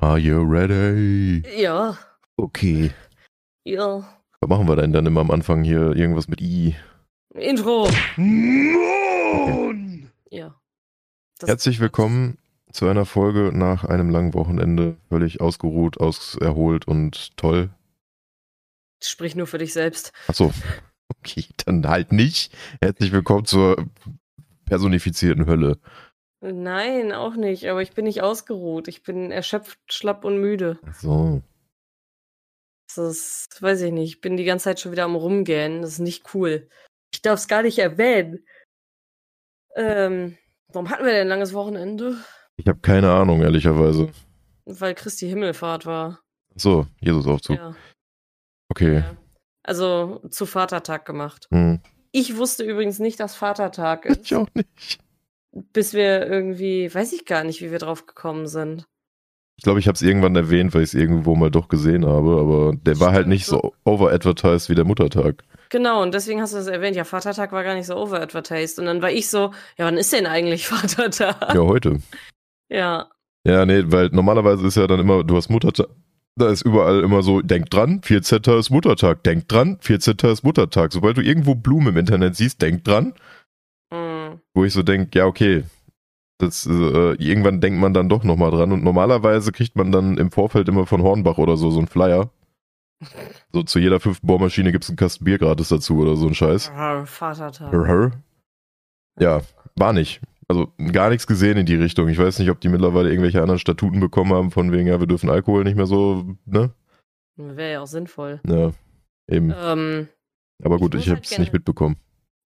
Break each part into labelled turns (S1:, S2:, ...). S1: Are you ready?
S2: Ja,
S1: Okay.
S2: ja.
S1: Was machen wir denn dann immer am Anfang hier? Irgendwas mit I.
S2: Intro.
S3: Moon!
S2: Ja. Das-
S1: Herzlich willkommen zu einer Folge nach einem langen Wochenende. Völlig ausgeruht, aus erholt und toll.
S2: Sprich nur für dich selbst.
S1: Achso. Okay, dann halt nicht. Herzlich willkommen zur personifizierten Hölle.
S2: Nein, auch nicht. Aber ich bin nicht ausgeruht. Ich bin erschöpft, schlapp und müde.
S1: So.
S2: Das ist, weiß ich nicht. Ich bin die ganze Zeit schon wieder am Rumgähnen. Das ist nicht cool. Ich darf es gar nicht erwähnen. Ähm, warum hatten wir denn ein langes Wochenende?
S1: Ich habe keine Ahnung, ehrlicherweise.
S2: Weil Christi Himmelfahrt war.
S1: So, Jesusaufzug.
S2: Ja,
S1: Okay.
S2: ja. Also zu Vatertag gemacht.
S1: Hm.
S2: Ich wusste übrigens nicht, dass Vatertag ist.
S1: Ich auch nicht.
S2: bis wir irgendwie, weiß ich gar nicht, wie wir drauf gekommen sind.
S1: Ich glaube, ich habe es irgendwann erwähnt, weil ich es irgendwo mal doch gesehen habe, aber der war halt nicht so over-advertised wie der Muttertag.
S2: Genau, und deswegen hast du das erwähnt. Ja, Vatertag war gar nicht so overadvertised. Und dann war ich so, ja, wann ist denn eigentlich Vatertag?
S1: Ja, heute.
S2: Ja,
S1: Ja, nee, weil normalerweise ist ja dann immer, du hast Muttertag, da ist überall immer so, denk dran, 14. ist Muttertag, denk dran, 14. ist Muttertag. Sobald du irgendwo Blumen im Internet siehst, denk dran,
S2: mm,
S1: wo ich so denke, ja, okay, das, äh, irgendwann denkt man dann doch nochmal dran und normalerweise kriegt man dann im Vorfeld immer von Hornbach oder so so einen Flyer. So zu jeder fünften Bohrmaschine gibt's einen Kasten Bier gratis dazu oder so ein Scheiß.
S2: brr, Vatertag.
S1: Her, her. Ja, war nicht. Also gar nichts gesehen in die Richtung. Ich weiß nicht, ob die mittlerweile irgendwelche anderen Statuten bekommen haben, von wegen, ja, wir dürfen Alkohol nicht mehr so, ne?
S2: Wäre ja auch sinnvoll.
S1: Ja, eben.
S2: Ähm,
S1: Aber gut,
S2: ich
S1: ich,
S2: muss halt
S1: hab's
S2: gerne-
S1: nicht mitbekommen.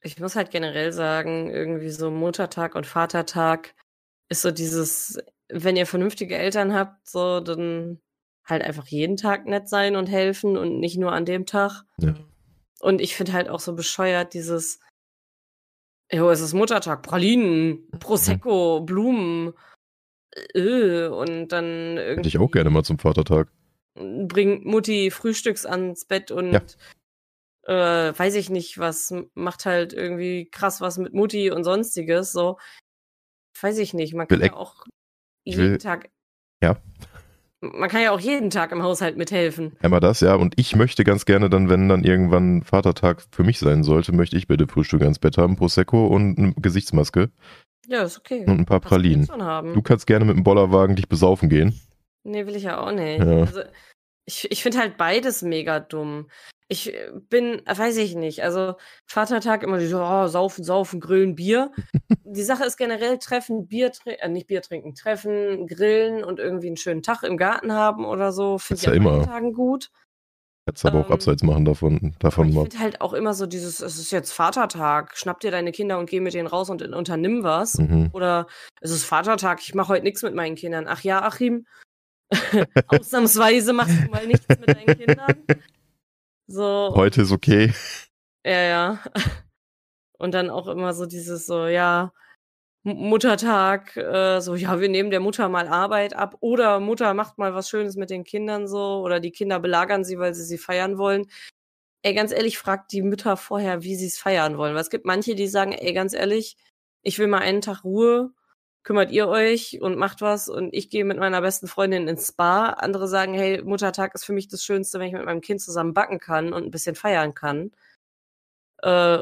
S2: ich muss halt generell sagen, irgendwie so Muttertag und Vatertag ist so dieses, wenn ihr vernünftige Eltern habt, so dann halt einfach jeden Tag nett sein und helfen und nicht nur an dem Tag.
S1: Ja.
S2: Und ich finde halt auch so bescheuert dieses, jo, es ist Muttertag, Pralinen,
S1: Mhm.
S2: Prosecco, Blumen, äh, und dann
S1: Hätte
S2: irgendwie
S1: ich auch gerne mal zum Vatertag.
S2: bringt Mutti frühstücks ans Bett und
S1: Ja.
S2: äh, weiß ich nicht was, m- macht halt irgendwie krass was mit Mutti und sonstiges, so. Weiß ich nicht, man kann
S1: Will
S2: ja
S1: ek-
S2: auch
S1: ich
S2: jeden
S1: will-
S2: Tag.
S1: Ja.
S2: Man kann ja auch jeden Tag im Haushalt mithelfen.
S1: Einmal das, ja. Und ich möchte ganz gerne dann, wenn dann irgendwann Vatertag für mich sein sollte, möchte ich bitte Frühstück ans Bett haben, Prosecco und eine Gesichtsmaske
S2: Ja, ist okay.
S1: und ein paar
S2: Kannst du
S1: Pralinen.
S2: schon haben.
S1: Hm, Du kannst gerne mit dem Bollerwagen dich besaufen gehen.
S2: Nee, will ich ja auch nicht.
S1: Ja.
S2: Also, ich, ich finde halt beides mega dumm. Ich äh, bin, äh, weiß ich nicht, also Vatertag immer so, oh, saufen, saufen, grillen, Bier. Die Sache ist generell treffen, Bier trinken, äh, nicht Bier trinken, treffen, grillen und irgendwie einen schönen Tag im Garten haben oder so. Finde
S1: Ist
S2: ich
S1: ja
S2: an
S1: immer.
S2: beiden Tagen gut.
S1: Kannst aber auch
S2: Ähm,
S1: abseits machen davon.
S2: Aber
S1: davon
S2: ich
S1: mal.
S2: finde halt auch immer so dieses, es ist jetzt Vatertag, schnapp dir deine Kinder und geh mit denen raus und unternimm was.
S1: Mhm.
S2: Oder es ist Vatertag, ich mache heute nichts mit meinen Kindern. Ach ja, Achim, ausnahmsweise machst du mal nichts mit deinen Kindern. So,
S1: Heute ist okay.
S2: ja, ja. Und dann auch immer so dieses so, ja, M- Muttertag, äh, so, ja, wir nehmen der Mutter mal Arbeit ab oder Mutter macht mal was Schönes mit den Kindern so oder die Kinder belagern sie, weil sie sie feiern wollen. Ey, ganz ehrlich, fragt die Mütter vorher, wie sie es feiern wollen. Weil es gibt manche, die sagen, ey, ganz ehrlich, ich will mal einen Tag Ruhe, kümmert ihr euch und macht was und ich gehe mit meiner besten Freundin ins Spa. Andere sagen, hey, Muttertag ist für mich das Schönste, wenn ich mit meinem Kind zusammen backen kann und ein bisschen feiern kann äh,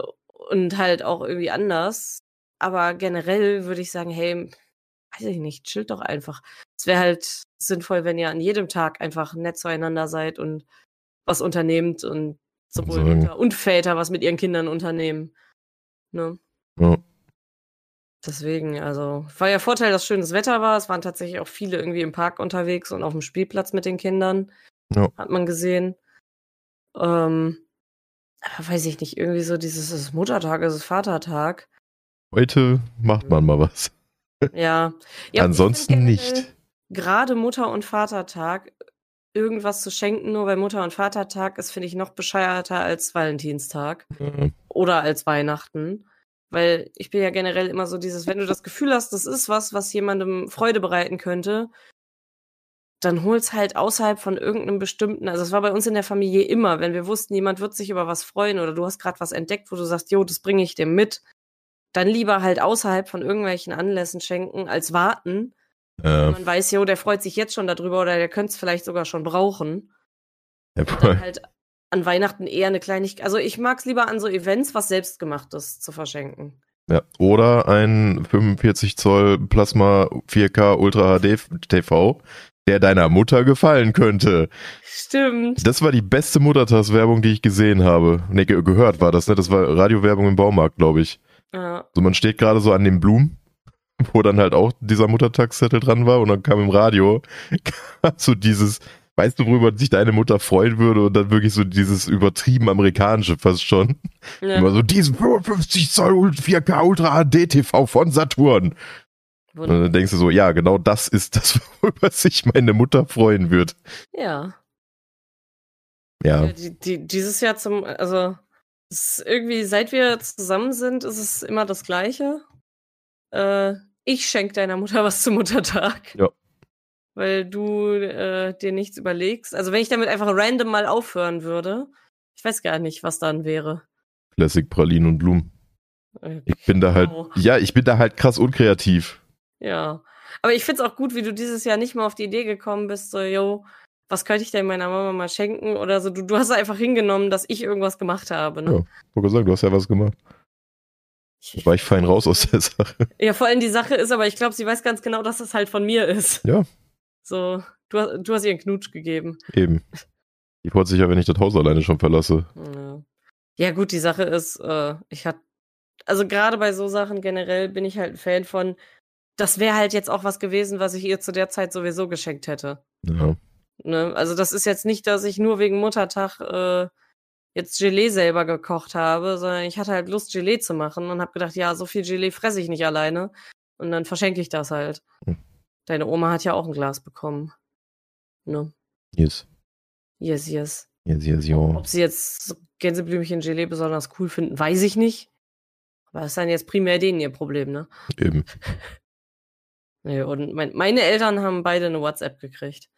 S2: und halt auch irgendwie anders. Aber generell würde ich sagen, hey, weiß ich nicht, chillt doch einfach. Es wäre halt sinnvoll, wenn ihr an jedem Tag einfach nett zueinander seid und was unternehmt und sowohl
S1: Sagen.
S2: Mütter und Väter was mit ihren Kindern unternehmen. Ne?
S1: Ja.
S2: Deswegen, also, war ja Vorteil, dass schönes Wetter war. Es waren tatsächlich auch viele irgendwie im Park unterwegs und auf dem Spielplatz mit den Kindern.
S1: Ja.
S2: Hat man gesehen. Ähm, aber weiß ich nicht, irgendwie so dieses es ist Muttertag, es ist Vatertag.
S1: Heute macht man mal was.
S2: Ja. ja
S1: Ansonsten
S2: ich find
S1: nicht.
S2: generell, Gerade Mutter- und Vatertag, irgendwas zu schenken, nur weil Mutter- und Vatertag ist, finde ich noch bescheuerter als Valentinstag.
S1: Ja.
S2: oder als Weihnachten. Weil ich bin ja generell immer so dieses, wenn du das Gefühl hast, das ist was, was jemandem Freude bereiten könnte, dann hol's halt außerhalb von irgendeinem bestimmten. Also es war bei uns in der Familie immer, wenn wir wussten, jemand wird sich über was freuen oder du hast gerade was entdeckt, wo du sagst, jo, das bringe ich dem mit, dann lieber halt außerhalb von irgendwelchen Anlässen schenken als warten
S1: Äh,
S2: Man weiß, jo, der freut sich jetzt schon darüber oder der könnte es vielleicht sogar schon brauchen.
S1: ja,
S2: Dann
S1: voll.
S2: halt an Weihnachten eher eine Kleinigkeit. Also ich mag es lieber an so Events, was selbstgemachtes zu verschenken.
S1: ja. Oder ein 45 Zoll Plasma 4K Ultra HD TV, der deiner Mutter gefallen könnte.
S2: Stimmt.
S1: Das war die beste Muttertagswerbung, die ich gesehen habe. Ne, ge gehört war das, ne? Das war Radiowerbung im Baumarkt, glaube ich.
S2: Ja.
S1: So, man steht gerade so an den Blumen, wo dann halt auch dieser Muttertagszettel dran war und dann kam im Radio kam so dieses, weißt du, worüber sich deine Mutter freuen würde und dann wirklich so dieses übertrieben amerikanische fast schon. Immer
S2: ja.
S1: so diesen 55 Zoll Ult- 4K Ultra HD TV von Saturn. Und
S2: Wund-
S1: dann denkst du so, ja, genau das ist das, worüber sich meine Mutter freuen wird.
S2: ja.
S1: Ja,
S2: Ja, die, die, dieses Jahr zum, also es ist irgendwie, seit wir zusammen sind, ist es immer das Gleiche. Äh, ich schenke deiner Mutter was zum Muttertag.
S1: Ja.
S2: Weil du äh, dir nichts überlegst. Also wenn ich damit einfach random mal aufhören würde, ich weiß gar nicht, was dann wäre.
S1: Classic Pralinen und Blumen.
S2: Äh,
S1: Ich bin da halt,
S2: Wow.
S1: ja, ich bin da halt krass unkreativ.
S2: Ja. Aber ich find's auch gut, wie du dieses Jahr nicht mal auf die Idee gekommen bist, so, yo, was könnte ich denn meiner Mama mal schenken? Oder so, du, du hast einfach hingenommen, dass ich irgendwas gemacht habe. Ne?
S1: Ja. Wo gesagt, du hast ja was gemacht.
S2: Ich,
S1: War ich fein raus aus der Sache.
S2: Ja, vor allem die Sache ist, aber ich glaube, sie weiß ganz genau, dass das halt von mir ist.
S1: Ja.
S2: So, du, hast- du hast ihr einen Knutsch gegeben.
S1: Eben. Die freut sich ja, wenn ich das Haus alleine schon verlasse.
S2: Ja, ja gut, die Sache ist, äh, ich hatte, also gerade bei so Sachen generell bin ich halt ein Fan von, das wäre halt jetzt auch was gewesen, was ich ihr zu der Zeit sowieso geschenkt hätte.
S1: Ja.
S2: Ne? Also das ist jetzt nicht, dass ich nur wegen Muttertag äh, jetzt Gelee selber gekocht habe, sondern ich hatte halt Lust, Gelee zu machen und habe gedacht, ja, so viel Gelee fresse ich nicht alleine. Und dann verschenke ich das halt.
S1: Hm.
S2: Deine Oma hat ja auch ein Glas bekommen. Ne?
S1: Yes.
S2: Yes, yes.
S1: Yes, yes,
S2: Ob sie jetzt so Gänseblümchen Gelee besonders cool finden, weiß ich nicht. Aber das ist dann jetzt primär denen ihr Problem, ne?
S1: Eben.
S2: Nee, und mein, meine Eltern haben beide eine WhatsApp gekriegt.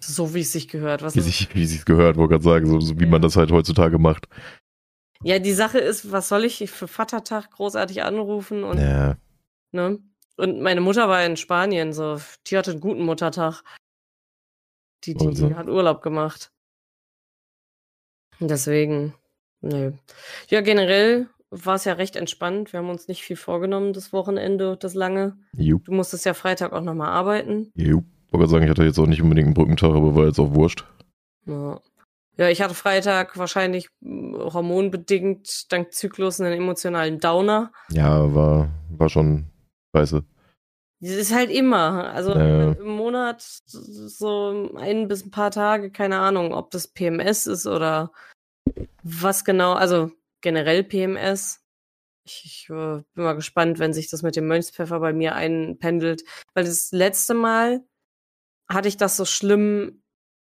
S2: so wie es sich gehört. Was
S1: Wie
S2: ist
S1: sich, wie sich's gehört, wollte gerade sagen, so, so wie man das halt heutzutage macht.
S2: Ja, die Sache ist, was soll ich für Vatertag großartig anrufen und
S1: Ja.
S2: ne? Und meine Mutter war in Spanien, so die hatte einen guten Muttertag. Die, die,
S1: Also.
S2: die hat Urlaub gemacht. Deswegen, ne. Ja, generell war es ja recht entspannt. Wir haben uns nicht viel vorgenommen das Wochenende, das lange.
S1: Jupp.
S2: Du musstest ja Freitag auch nochmal arbeiten.
S1: Jupp. Wollte gerade sagen, ich hatte jetzt auch nicht unbedingt einen Brückentag, aber war jetzt auch wurscht.
S2: Ja. ja, ich hatte Freitag wahrscheinlich mm, hormonbedingt dank Zyklus einen emotionalen Downer.
S1: Ja, war, war schon scheiße.
S2: Das ist halt immer. Also
S1: Ja.
S2: im Monat so ein bis ein paar Tage, keine Ahnung, ob das PMS ist oder was genau, also generell PMS. Ich, ich äh, bin mal gespannt, wenn sich das mit dem Mönchspfeffer bei mir einpendelt. Weil das letzte Mal hatte ich das so schlimm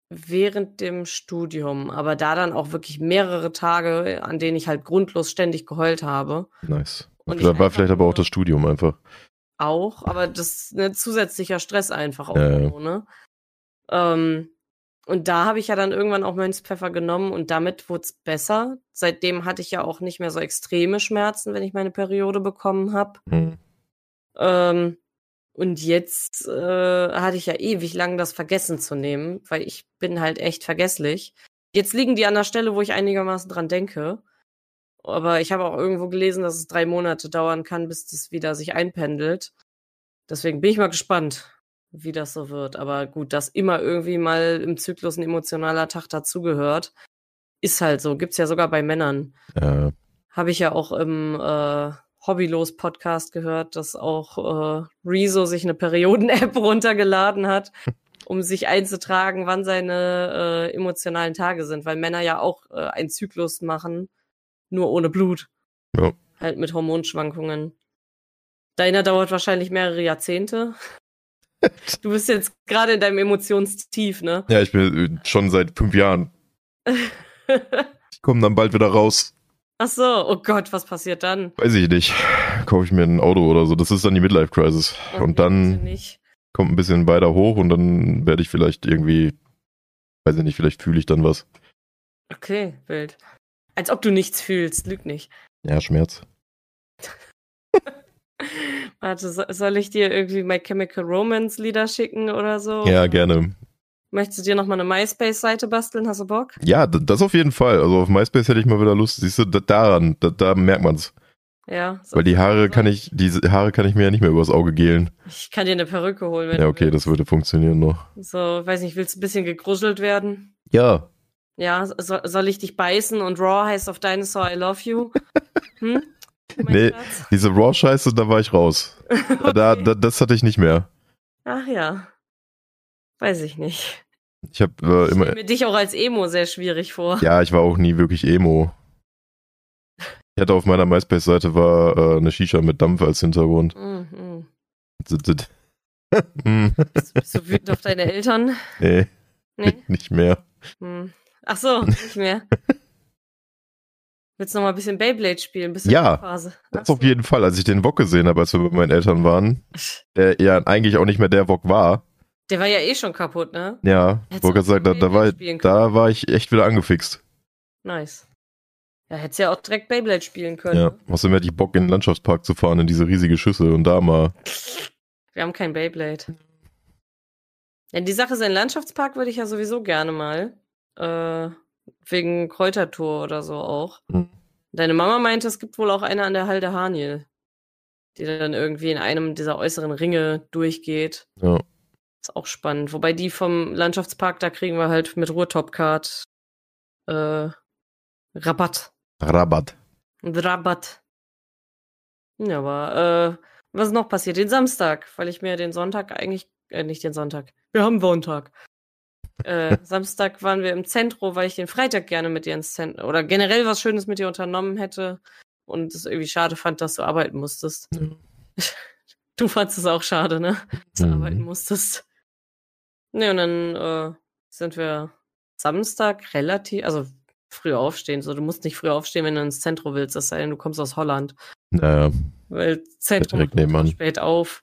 S2: während dem Studium, aber da dann auch wirklich mehrere Tage, an denen ich halt grundlos ständig geheult habe.
S1: Nice.
S2: Und
S1: da
S2: ich
S1: war
S2: einfach
S1: vielleicht aber auch
S2: nur-
S1: das Studium einfach.
S2: auch, aber das ist ein zusätzlicher Stress einfach auch
S1: Ja, ja.
S2: so, ne? Ähm, und da habe ich ja dann irgendwann auch Mönchspfeffer genommen und damit wurde es besser. Seitdem hatte ich ja auch nicht mehr so extreme Schmerzen, wenn ich meine Periode bekommen habe.
S1: Hm.
S2: Ähm, und jetzt äh, hatte ich ja ewig lang das vergessen zu nehmen, weil ich bin halt echt vergesslich. Jetzt liegen die an der Stelle, wo ich einigermaßen dran denke. Aber ich habe auch irgendwo gelesen, dass es drei Monate dauern kann, bis das wieder sich einpendelt. Deswegen bin ich mal gespannt, wie das so wird. Aber gut, dass immer irgendwie mal im Zyklus ein emotionaler Tag dazugehört, ist halt so. Gibt's ja sogar bei Männern.
S1: Äh,
S2: Habe ich ja auch im äh, Hobbylos-Podcast gehört, dass auch äh, Rezo sich eine Perioden-App runtergeladen hat, um sich einzutragen, wann seine äh, emotionalen Tage sind, weil Männer ja auch äh, einen Zyklus machen, nur ohne Blut.
S1: Ja.
S2: Halt mit Hormonschwankungen. Deiner dauert wahrscheinlich mehrere Jahrzehnte. Du bist jetzt gerade in deinem Emotionstief, ne?
S1: ja, ich bin äh, schon seit fünf Jahren. Ich komme dann bald wieder raus.
S2: Ach so, oh Gott, was passiert dann?
S1: Weiß ich nicht. Kaufe ich mir ein Auto oder so. Das ist dann die Midlife-Crisis.
S2: Ach, nee,
S1: Und
S2: bitte
S1: dann
S2: also Nicht.
S1: kommt ein bisschen weiter hoch und dann werde ich vielleicht irgendwie, weiß ich nicht, vielleicht fühle ich dann was.
S2: Okay, wild. Als ob du nichts fühlst, lüg nicht.
S1: Ja, Schmerz.
S2: Warte, so- soll ich dir irgendwie My Chemical Romance Lieder schicken oder so?
S1: Ja, gerne.
S2: Möchtest du dir nochmal eine MySpace-Seite basteln? Hast du Bock?
S1: Ja, d- das auf jeden Fall. Also auf MySpace hätte ich mal wieder Lust. Siehst du, da- daran, da, da merkt man's.
S2: Ja. so-
S1: Weil die Haare kann ich, diese Haare kann ich mir ja nicht mehr übers Auge gelen.
S2: Ich kann dir eine Perücke holen, wenn
S1: Ja,
S2: du
S1: okay, das würde funktionieren noch.
S2: willst. So, weiß nicht, willst du ein bisschen gegruschelt werden?
S1: Ja.
S2: Ja, so, soll ich dich beißen und Raw heißt auf Dinosaur I love you? Hm? Mein
S1: Nee.
S2: Schatz?
S1: Diese Raw-Scheiße, da war ich raus. Da, da, das hatte ich nicht mehr.
S2: Ach ja. Weiß ich nicht.
S1: Ich habe äh,
S2: Ich stell
S1: immer.
S2: mir dich auch als Emo sehr schwierig vor.
S1: Ja, ich war auch nie wirklich Emo. Ich hatte auf meiner MySpace-Seite war äh, eine Shisha mit Dampf als Hintergrund.
S2: Mm, mm.
S1: Zit, zit. Hm,
S2: Bist, du- bist du wütend auf deine Eltern?
S1: nee,
S2: Nee.
S1: nicht mehr.
S2: Hm. Ach so, nicht mehr. Willst du noch mal ein bisschen Beyblade spielen? Bist du in
S1: Ja,
S2: der Phase?
S1: Das
S2: Ach
S1: auf jeden Fall. Als ich den Wok gesehen habe, als wir mit meinen Eltern waren, der ja eigentlich auch nicht mehr der Wok war.
S2: Der war ja eh schon kaputt, ne?
S1: Ja,
S2: Hättest
S1: wollte
S2: du
S1: gerade sagen, da,
S2: auch
S1: da, war,
S2: spielen
S1: da war ich echt wieder angefixt.
S2: Nice. Ja, hättest ja auch direkt Beyblade spielen können.
S1: Ja, außerdem hätte ich Bock, in den Landschaftspark zu fahren, in diese riesige Schüssel und da mal.
S2: Wir haben kein Beyblade. Ja, die Sache ist, in den Landschaftspark würde ich ja sowieso gerne mal. Äh, wegen Kräutertour oder so auch.
S1: Mhm.
S2: Deine Mama meinte, es gibt wohl auch eine an der Halde Haniel, die dann irgendwie in einem dieser äußeren Ringe durchgeht.
S1: Ja.
S2: Ist auch spannend. Wobei die vom Landschaftspark, da kriegen wir halt mit Ruhrtopcard äh, Rabatt.
S1: Rabatt.
S2: Ein Rabatt. Ja, aber äh, was ist noch passiert? Den Samstag, weil ich mir den Sonntag eigentlich, äh, nicht den Sonntag, wir haben Sonntag. Äh, Samstag waren wir im Zentro, weil ich den Freitag gerne mit dir ins Zentro oder generell was Schönes mit dir unternommen hätte und es irgendwie schade fand, dass du arbeiten musstest.
S1: Ja.
S2: Du fandst es auch schade, ne? Dass du
S1: Mhm.
S2: arbeiten musstest. Ne, und dann äh, sind wir Samstag relativ, also früh aufstehen. So, du musst nicht früh aufstehen, wenn du ins Zentrum willst, es sei denn, du kommst aus Holland.
S1: Naja,
S2: Weil Zentrum
S1: direkt
S2: macht ultra
S1: nebenan.
S2: spät auf.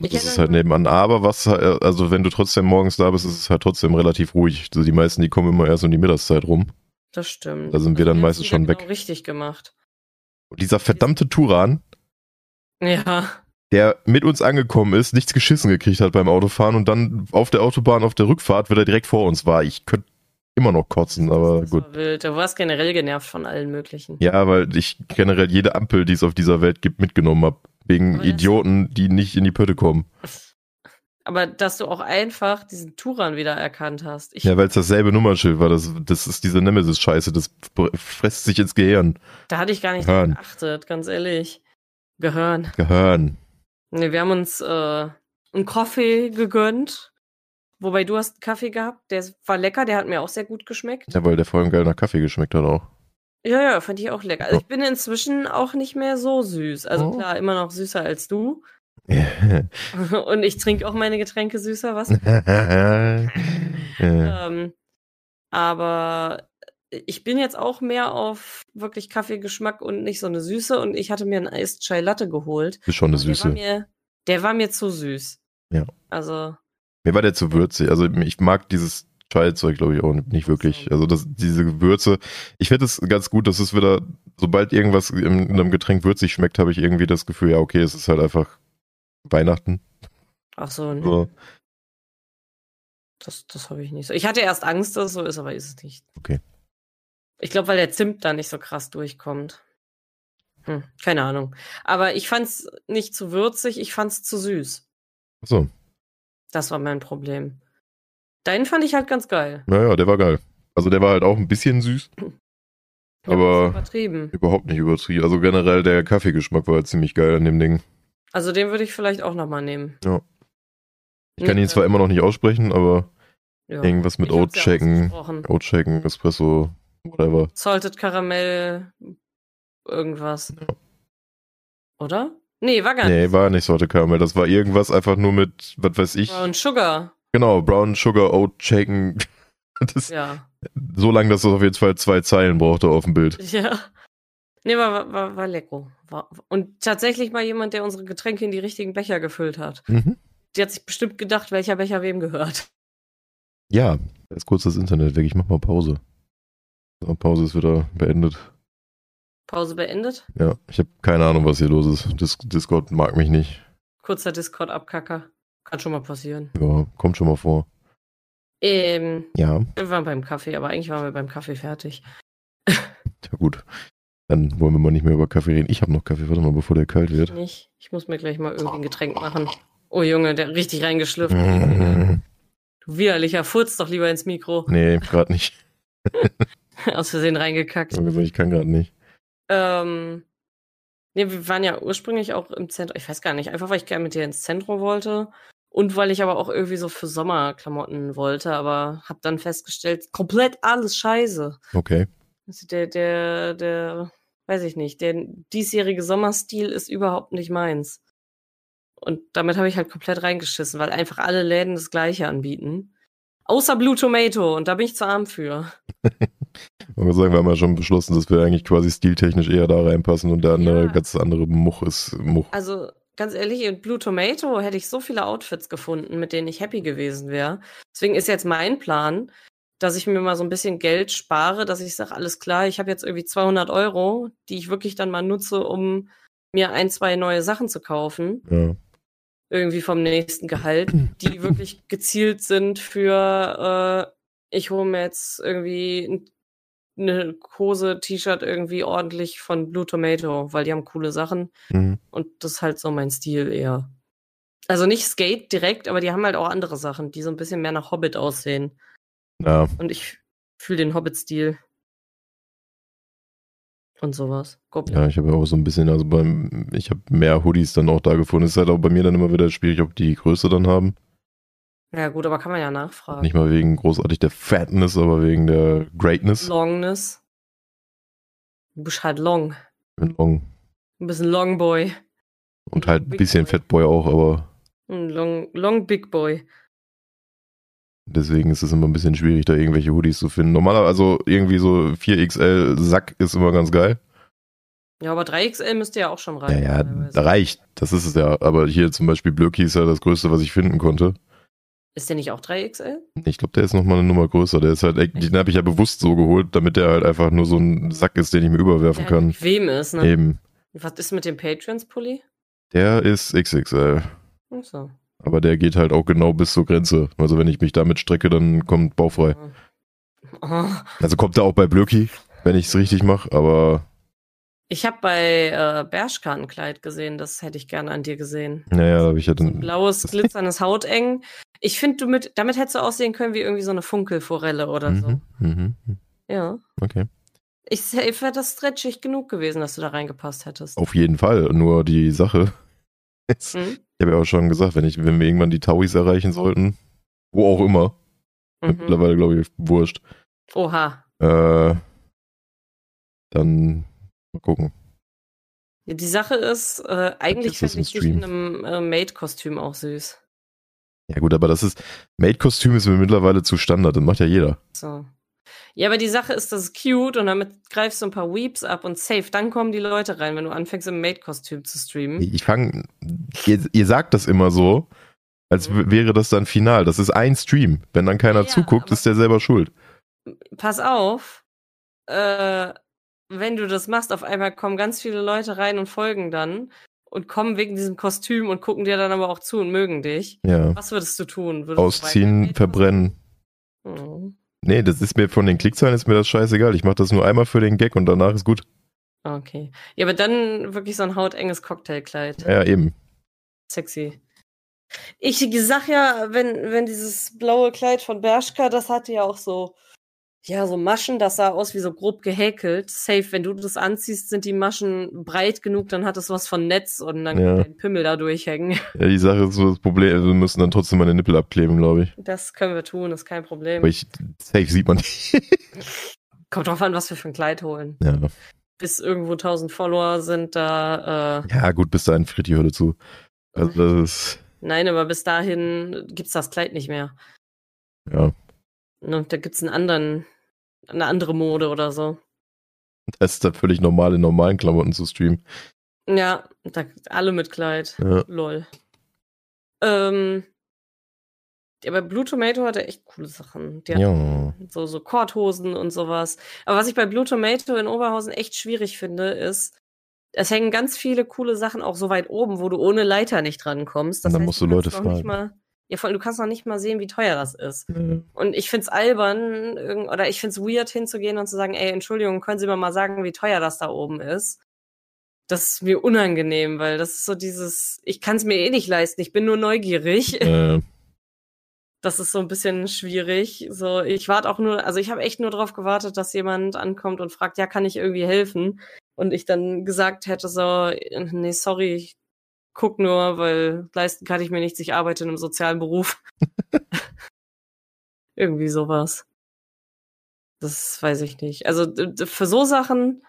S2: Ich
S1: das ist
S2: hätte-
S1: halt nebenan. Aber was, halt- also wenn du trotzdem morgens da bist, ist es halt trotzdem relativ ruhig. Also die meisten, die kommen immer erst um die Mittagszeit rum.
S2: Das stimmt.
S1: Da sind wir dann
S2: wir haben
S1: meistens
S2: es
S1: schon
S2: wieder
S1: weg.
S2: Genau richtig gemacht.
S1: Und dieser verdammte Turan,
S2: Ja.
S1: der mit uns angekommen ist, nichts geschissen gekriegt hat beim Autofahren und dann auf der Autobahn auf der Rückfahrt wieder direkt vor uns war. Ich könnte immer noch kotzen, aber
S2: das
S1: gut.
S2: War wild. Du warst generell genervt von allen möglichen.
S1: Ja, weil ich generell jede Ampel, die es auf dieser Welt gibt, mitgenommen hab Wegen
S2: Aber das-
S1: Idioten, die nicht in die Pötte kommen.
S2: Aber dass du auch einfach diesen Turan wieder erkannt hast. Ich,
S1: Ja, weil es dasselbe Nummernschild war. Das, das ist diese Nemesis-Scheiße. Das fr- frisst sich ins Gehirn.
S2: da hatte ich gar nicht
S1: Gehirn.
S2: drauf geachtet, ganz ehrlich. Gehirn.
S1: Gehirn.
S2: Nee, wir haben uns äh, einen Kaffee gegönnt. Wobei du hast einen Kaffee gehabt, der war lecker, der hat mir auch sehr gut geschmeckt.
S1: Ja, weil der vorhin geil nach Kaffee geschmeckt hat auch.
S2: Ja, ja, fand ich auch lecker. Also
S1: Ja.
S2: ich bin inzwischen auch nicht mehr so süß. Also
S1: Oh.
S2: klar, immer noch süßer als du. Und ich trinke auch meine Getränke süßer, was?
S1: Äh,
S2: ähm, aber ich bin jetzt auch mehr auf wirklich Kaffeegeschmack und nicht so eine Süße. Und ich hatte mir einen Eis Chai Latte geholt.
S1: ist schon eine
S2: Aber Der
S1: Süße.
S2: war, mir, der war mir zu süß.
S1: Ja.
S2: Also,
S1: Mir war der zu würzig. Also ich mag dieses Chai-Zeug, glaube ich, auch nicht wirklich. Also das, diese Gewürze. Ich finde es ganz gut, dass es wieder, sobald irgendwas in einem Getränk würzig schmeckt, habe ich irgendwie das Gefühl, ja, okay, es ist halt einfach Weihnachten.
S2: ach so, nee,
S1: So.
S2: das, das habe ich nicht so. Ich hatte erst Angst, dass es so ist, aber ist es nicht.
S1: Okay.
S2: Ich glaube, weil der Zimt da nicht so krass durchkommt. Hm, keine Ahnung. Aber ich fand's nicht zu würzig, ich fand's zu süß.
S1: Achso,
S2: Das war mein Problem. Deinen fand ich halt ganz geil.
S1: naja, der war geil. Also der war halt auch ein bisschen süß,
S2: Ja, das
S1: Aber-
S2: ist Übertrieben.
S1: überhaupt nicht übertrieben. Also generell der Kaffeegeschmack war halt ziemlich geil an dem Ding.
S2: Also den würde ich vielleicht auch nochmal nehmen.
S1: Ich kann
S2: Nee,
S1: ihn zwar immer noch nicht aussprechen, aber
S2: Ja.
S1: irgendwas mit
S2: Ich hab's ja
S1: Oatchecken,
S2: ausgesprochen.
S1: Oatchecken, Espresso, whatever.
S2: Salted Caramel, irgendwas. Oder? Nee, war gar
S1: Nee,
S2: nicht.
S1: war nicht Sorte Karamell. Das war irgendwas einfach nur mit, was weiß ich.
S2: Brown Sugar,
S1: Genau, Brown Sugar Oat Shaken. Das,
S2: ja.
S1: So lange, dass das auf jeden Fall zwei Zeilen brauchte auf dem Bild.
S2: Ja. Nee, war, war- war, war lecker. War, und tatsächlich mal jemand, der unsere Getränke in die richtigen Becher gefüllt hat.
S1: Mhm.
S2: Die hat sich bestimmt gedacht, welcher Becher wem gehört.
S1: Ja, da ist kurz das Internet weg. Ich mach mal Pause. So, Pause ist wieder beendet.
S2: Pause beendet.
S1: Ja, ich habe keine Ahnung, was hier los ist. Dis Discord mag mich nicht.
S2: Kurzer Discord-Abkacker. Kann schon mal passieren.
S1: Ja, kommt schon mal vor.
S2: Ähm,
S1: Ja,
S2: wir waren beim Kaffee, aber eigentlich waren wir beim Kaffee fertig.
S1: ja gut. Dann wollen wir mal nicht mehr über Kaffee reden. Ich habe noch Kaffee, warte mal, bevor der kalt
S2: Ich
S1: wird.
S2: nicht. Ich muss mir gleich mal irgendwie ein Getränk machen. Oh Junge, der hat richtig reingeschlüpft. Du widerlicher Furz doch lieber ins Mikro.
S1: nee, gerade nicht.
S2: Aus Versehen reingekackt.
S1: Ich hab gesagt, Ich kann gerade nicht.
S2: Ähm, nee, wir waren ja ursprünglich auch im Zentrum. Ich weiß gar nicht, einfach weil ich gerne mit dir ins Zentrum wollte. Und weil ich aber auch irgendwie so für Sommerklamotten wollte, aber hab dann festgestellt, komplett alles scheiße.
S1: Okay.
S2: Also der, der, der, weiß ich nicht, der diesjährige Sommerstil ist überhaupt nicht meins. Und damit habe ich halt komplett reingeschissen, weil einfach alle Läden das gleiche anbieten. Außer Blue Tomato, und da bin ich zu arm für.
S1: Ich wollte sagen, wir haben ja schon beschlossen, dass wir eigentlich quasi stiltechnisch eher da reinpassen und der andere
S2: Ja.
S1: ganz andere Much ist Much.
S2: Also ganz ehrlich, in Blue Tomato hätte ich so viele Outfits gefunden, mit denen ich happy gewesen wäre. Deswegen ist jetzt mein Plan, dass ich mir mal so ein bisschen Geld spare, dass ich sage, alles klar, ich habe jetzt irgendwie 200 Euro, die ich wirklich dann mal nutze, um mir ein, zwei neue Sachen zu kaufen.
S1: Ja.
S2: irgendwie vom nächsten Gehalt, die wirklich gezielt sind für, äh, ich hole mir jetzt irgendwie n- eine Hose, T-Shirt irgendwie ordentlich von Blue Tomato, weil die haben coole Sachen
S1: Mhm.
S2: und das ist halt so mein Stil eher. Also nicht Skate direkt, aber die haben halt auch andere Sachen, die so ein bisschen mehr nach Hobbit aussehen.
S1: ja.
S2: Und ich fühle den Hobbit-Stil. Und sowas. Goblin.
S1: Ja, ich habe ja auch so ein bisschen, also beim, ich habe mehr Hoodies dann auch da gefunden. Ist halt auch bei mir dann immer wieder schwierig, ob die Größe dann haben.
S2: Ja, gut, aber kann man ja nachfragen.
S1: Nicht mal wegen großartig der Fatness, aber wegen der Greatness.
S2: Longness. Du bist halt long.
S1: Long. Long.
S2: Ein bisschen Longboy.
S1: Und halt ein
S2: Big
S1: bisschen
S2: Boy.
S1: Fatboy auch, aber
S2: Ein Long, Long Big Boy.
S1: deswegen ist es immer ein bisschen schwierig, da irgendwelche Hoodies zu finden. Normalerweise, also irgendwie so 4XL Sack ist immer ganz geil.
S2: Ja, aber 3XL müsste ja auch schon
S1: Ja,
S2: rein.
S1: ja,
S2: teilweise.
S1: da reicht. Das ist es ja. Aber hier zum Beispiel Blöcki ist ja das Größte, was ich finden konnte.
S2: Ist der nicht auch 3XL?
S1: Ich glaube, der ist nochmal eine Nummer größer. Der ist halt, echt- den habe ich ja bewusst so geholt, damit der halt einfach nur so ein Sack ist, den ich mir überwerfen
S2: Der
S1: kann.
S2: halt Wem ist, ne?
S1: Eben.
S2: Was ist mit dem Patrons-Pulli?
S1: Der ist XXL.
S2: Ach so.
S1: Aber der geht halt auch genau bis zur Grenze. Also wenn ich mich damit strecke, dann kommt baufrei.
S2: Oh.
S1: Also kommt er auch bei Blöcki, wenn ich es richtig mache. Aber
S2: Ich habe bei äh, Bershka ein Kleid gesehen, das hätte ich gerne an dir gesehen.
S1: naja, da habe ich ja
S2: So ein
S1: dann...
S2: blaues, glitzerndes Hauteng. Ich finde, du mit, damit hättest du aussehen können wie irgendwie so eine Funkelforelle oder so.
S1: Mhm, mhm, mhm.
S2: Ja.
S1: okay.
S2: Ich wäre das stretchig genug gewesen, dass du da reingepasst hättest.
S1: Auf jeden Fall. Nur die Sache ist,
S2: Hm?
S1: Ich habe ja auch schon gesagt, wenn, ich, wenn wir irgendwann die Tauis erreichen sollten, wo auch immer,
S2: Mhm.
S1: mittlerweile glaube ich, wurscht,
S2: Oha.
S1: äh, dann mal gucken.
S2: Ja, Die Sache ist, äh, eigentlich
S1: Ist das
S2: finde ich
S1: ein
S2: dich in einem äh, Maid-Kostüm auch süß.
S1: Ja gut, aber das ist, Maid-Kostüm ist mir mittlerweile zu Standard, das macht ja jeder.
S2: So. Ja, aber die Sache ist, das ist cute und damit greifst du ein paar Weeps ab und safe, dann kommen die Leute rein, wenn du anfängst im Maid-Kostüm zu streamen.
S1: Ich fange, ihr, ihr sagt das immer so, als w- wäre das dann final. Das ist ein Stream. Wenn dann keiner
S2: Mhm. Ja,
S1: zuguckt,
S2: aber-
S1: ist der selber schuld.
S2: Pass auf, äh, wenn du das machst, auf einmal kommen ganz viele Leute rein und folgen dann und kommen wegen diesem Kostüm und gucken dir dann aber auch zu und mögen dich.
S1: Ja.
S2: Was würdest du tun? Würdest du
S1: Ausziehen,
S2: weiter-
S1: verbrennen.
S2: Oh.
S1: Nee, das ist mir von den Klickzahlen ist mir das scheißegal. Ich mache das nur einmal für den Gag und danach ist gut.
S2: Oh, Okay. Ja, aber dann wirklich so ein hautenges Cocktailkleid.
S1: Ja, eben.
S2: Sexy. Ich sag ja, wenn, wenn dieses blaue Kleid von Bershka, das hatte ja auch so, ja, so Maschen, das sah aus wie so grob gehäkelt. Safe, wenn du das anziehst, sind die Maschen breit genug, dann hat es was von Netz und dann
S1: Ja.
S2: kann dein Pimmel da durchhängen.
S1: Ja, die Sache ist so das Problem, also wir müssen dann trotzdem meine Nippel abkleben, glaube ich.
S2: Das können wir tun, ist kein Problem.
S1: Aber ich, safe sieht man nicht.
S2: Kommt drauf an, was wir für ein Kleid holen.
S1: Ja,
S2: Bis irgendwo 1000 Follower sind da, äh,
S1: ja gut, bis dahin friert die Hölle zu. Also das ist,
S2: nein, aber bis dahin gibt's das Kleid nicht mehr.
S1: ja,
S2: Ne, da gibt's einen anderen, eine andere Mode oder so.
S1: das ist dann völlig normal, in normalen Klamotten zu streamen.
S2: Ja, da, alle mit Kleid.
S1: Ja.
S2: Lol. Ähm, Ja, bei Blue Tomato hatte echt coole Sachen. Die
S1: Ja.
S2: hatten so, so Korthosen und sowas. Aber was ich bei Blue Tomato in Oberhausen echt schwierig finde, ist, es hängen ganz viele coole Sachen auch so weit oben, wo du ohne Leiter nicht rankommst.
S1: Und dann musst du Leute
S2: kannst noch Nicht
S1: fragen.
S2: mal, ja, vor allem, du kannst noch nicht mal sehen, wie teuer das ist. Und ich find's albern irgend- oder ich find's weird hinzugehen und zu sagen, ey, Entschuldigung, können Sie mir mal sagen, wie teuer das da oben ist? Das ist mir unangenehm, weil das ist so dieses, ich kann's mir eh nicht leisten, ich bin nur neugierig.
S1: Äh,
S2: Das ist so ein bisschen schwierig. So, ich warte auch nur, also ich habe echt nur darauf gewartet, dass jemand ankommt und fragt, ja, kann ich irgendwie helfen? Und ich dann gesagt hätte so, äh, nee, sorry, ich guck nur, weil leisten kann ich mir nichts, ich arbeite in einem sozialen Beruf. irgendwie sowas. Das weiß ich nicht. Also d- d- für so Sachen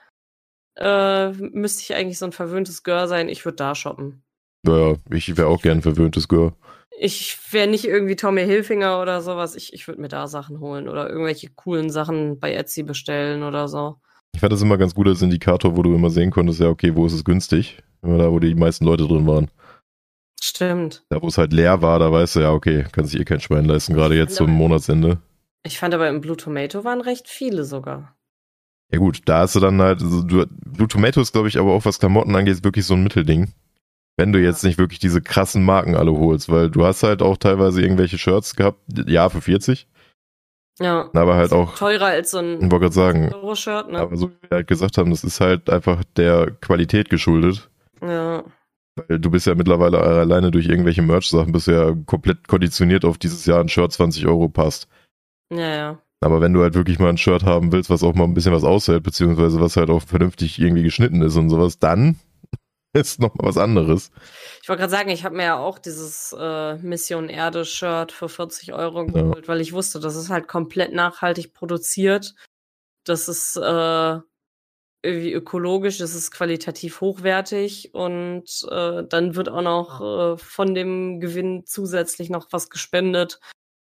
S2: äh, müsste ich eigentlich so ein verwöhntes Girl sein. Ich würde da shoppen.
S1: naja, ich wäre auch gern ein verwöhntes Girl.
S2: Ich wäre nicht irgendwie Tommy Hilfinger oder sowas. Ich, ich würde mir da Sachen holen oder irgendwelche coolen Sachen bei Etsy bestellen oder so.
S1: Ich fand das immer ganz gut als Indikator, wo du immer sehen konntest, ja, okay, wo ist es günstig? Immer da, wo die meisten Leute drin waren.
S2: Stimmt.
S1: Da, wo es halt leer war, da weißt du, ja, okay, kann sich eh kein Schwein leisten, gerade jetzt zum Monatsende.
S2: Ich fand aber im Blue Tomato waren recht viele sogar.
S1: Ja gut, da hast du dann halt, also du, Blue Tomato ist, glaube ich, aber auch was Klamotten angeht, wirklich so ein Mittelding. Wenn du jetzt nicht wirklich diese krassen Marken alle holst, weil du hast halt auch teilweise irgendwelche Shirts gehabt, ja, für 40,
S2: Ja.
S1: aber halt auch,
S2: Teurer als so
S1: ich
S2: ein
S1: wollte gerade sagen,
S2: Euro-Shirt, ne?
S1: aber so wie wir halt gesagt haben, das ist halt einfach der Qualität geschuldet,
S2: Ja.
S1: weil du bist ja mittlerweile alleine durch irgendwelche Merch-Sachen, bist du ja komplett konditioniert auf dieses Jahr ein Shirt 20 Euro passt.
S2: Ja, ja.
S1: Aber wenn du halt wirklich mal ein Shirt haben willst, was auch mal ein bisschen was aushält, beziehungsweise was halt auch vernünftig irgendwie geschnitten ist und sowas, dann ist noch mal was anderes.
S2: Ich wollte gerade sagen, ich habe mir ja auch dieses äh, Mission Erde-Shirt für 40 Euro
S1: Ja.
S2: geholt, weil ich wusste, das ist halt komplett nachhaltig produziert. Das ist äh, irgendwie ökologisch, das ist qualitativ hochwertig und äh, dann wird auch noch äh, von dem Gewinn zusätzlich noch was gespendet,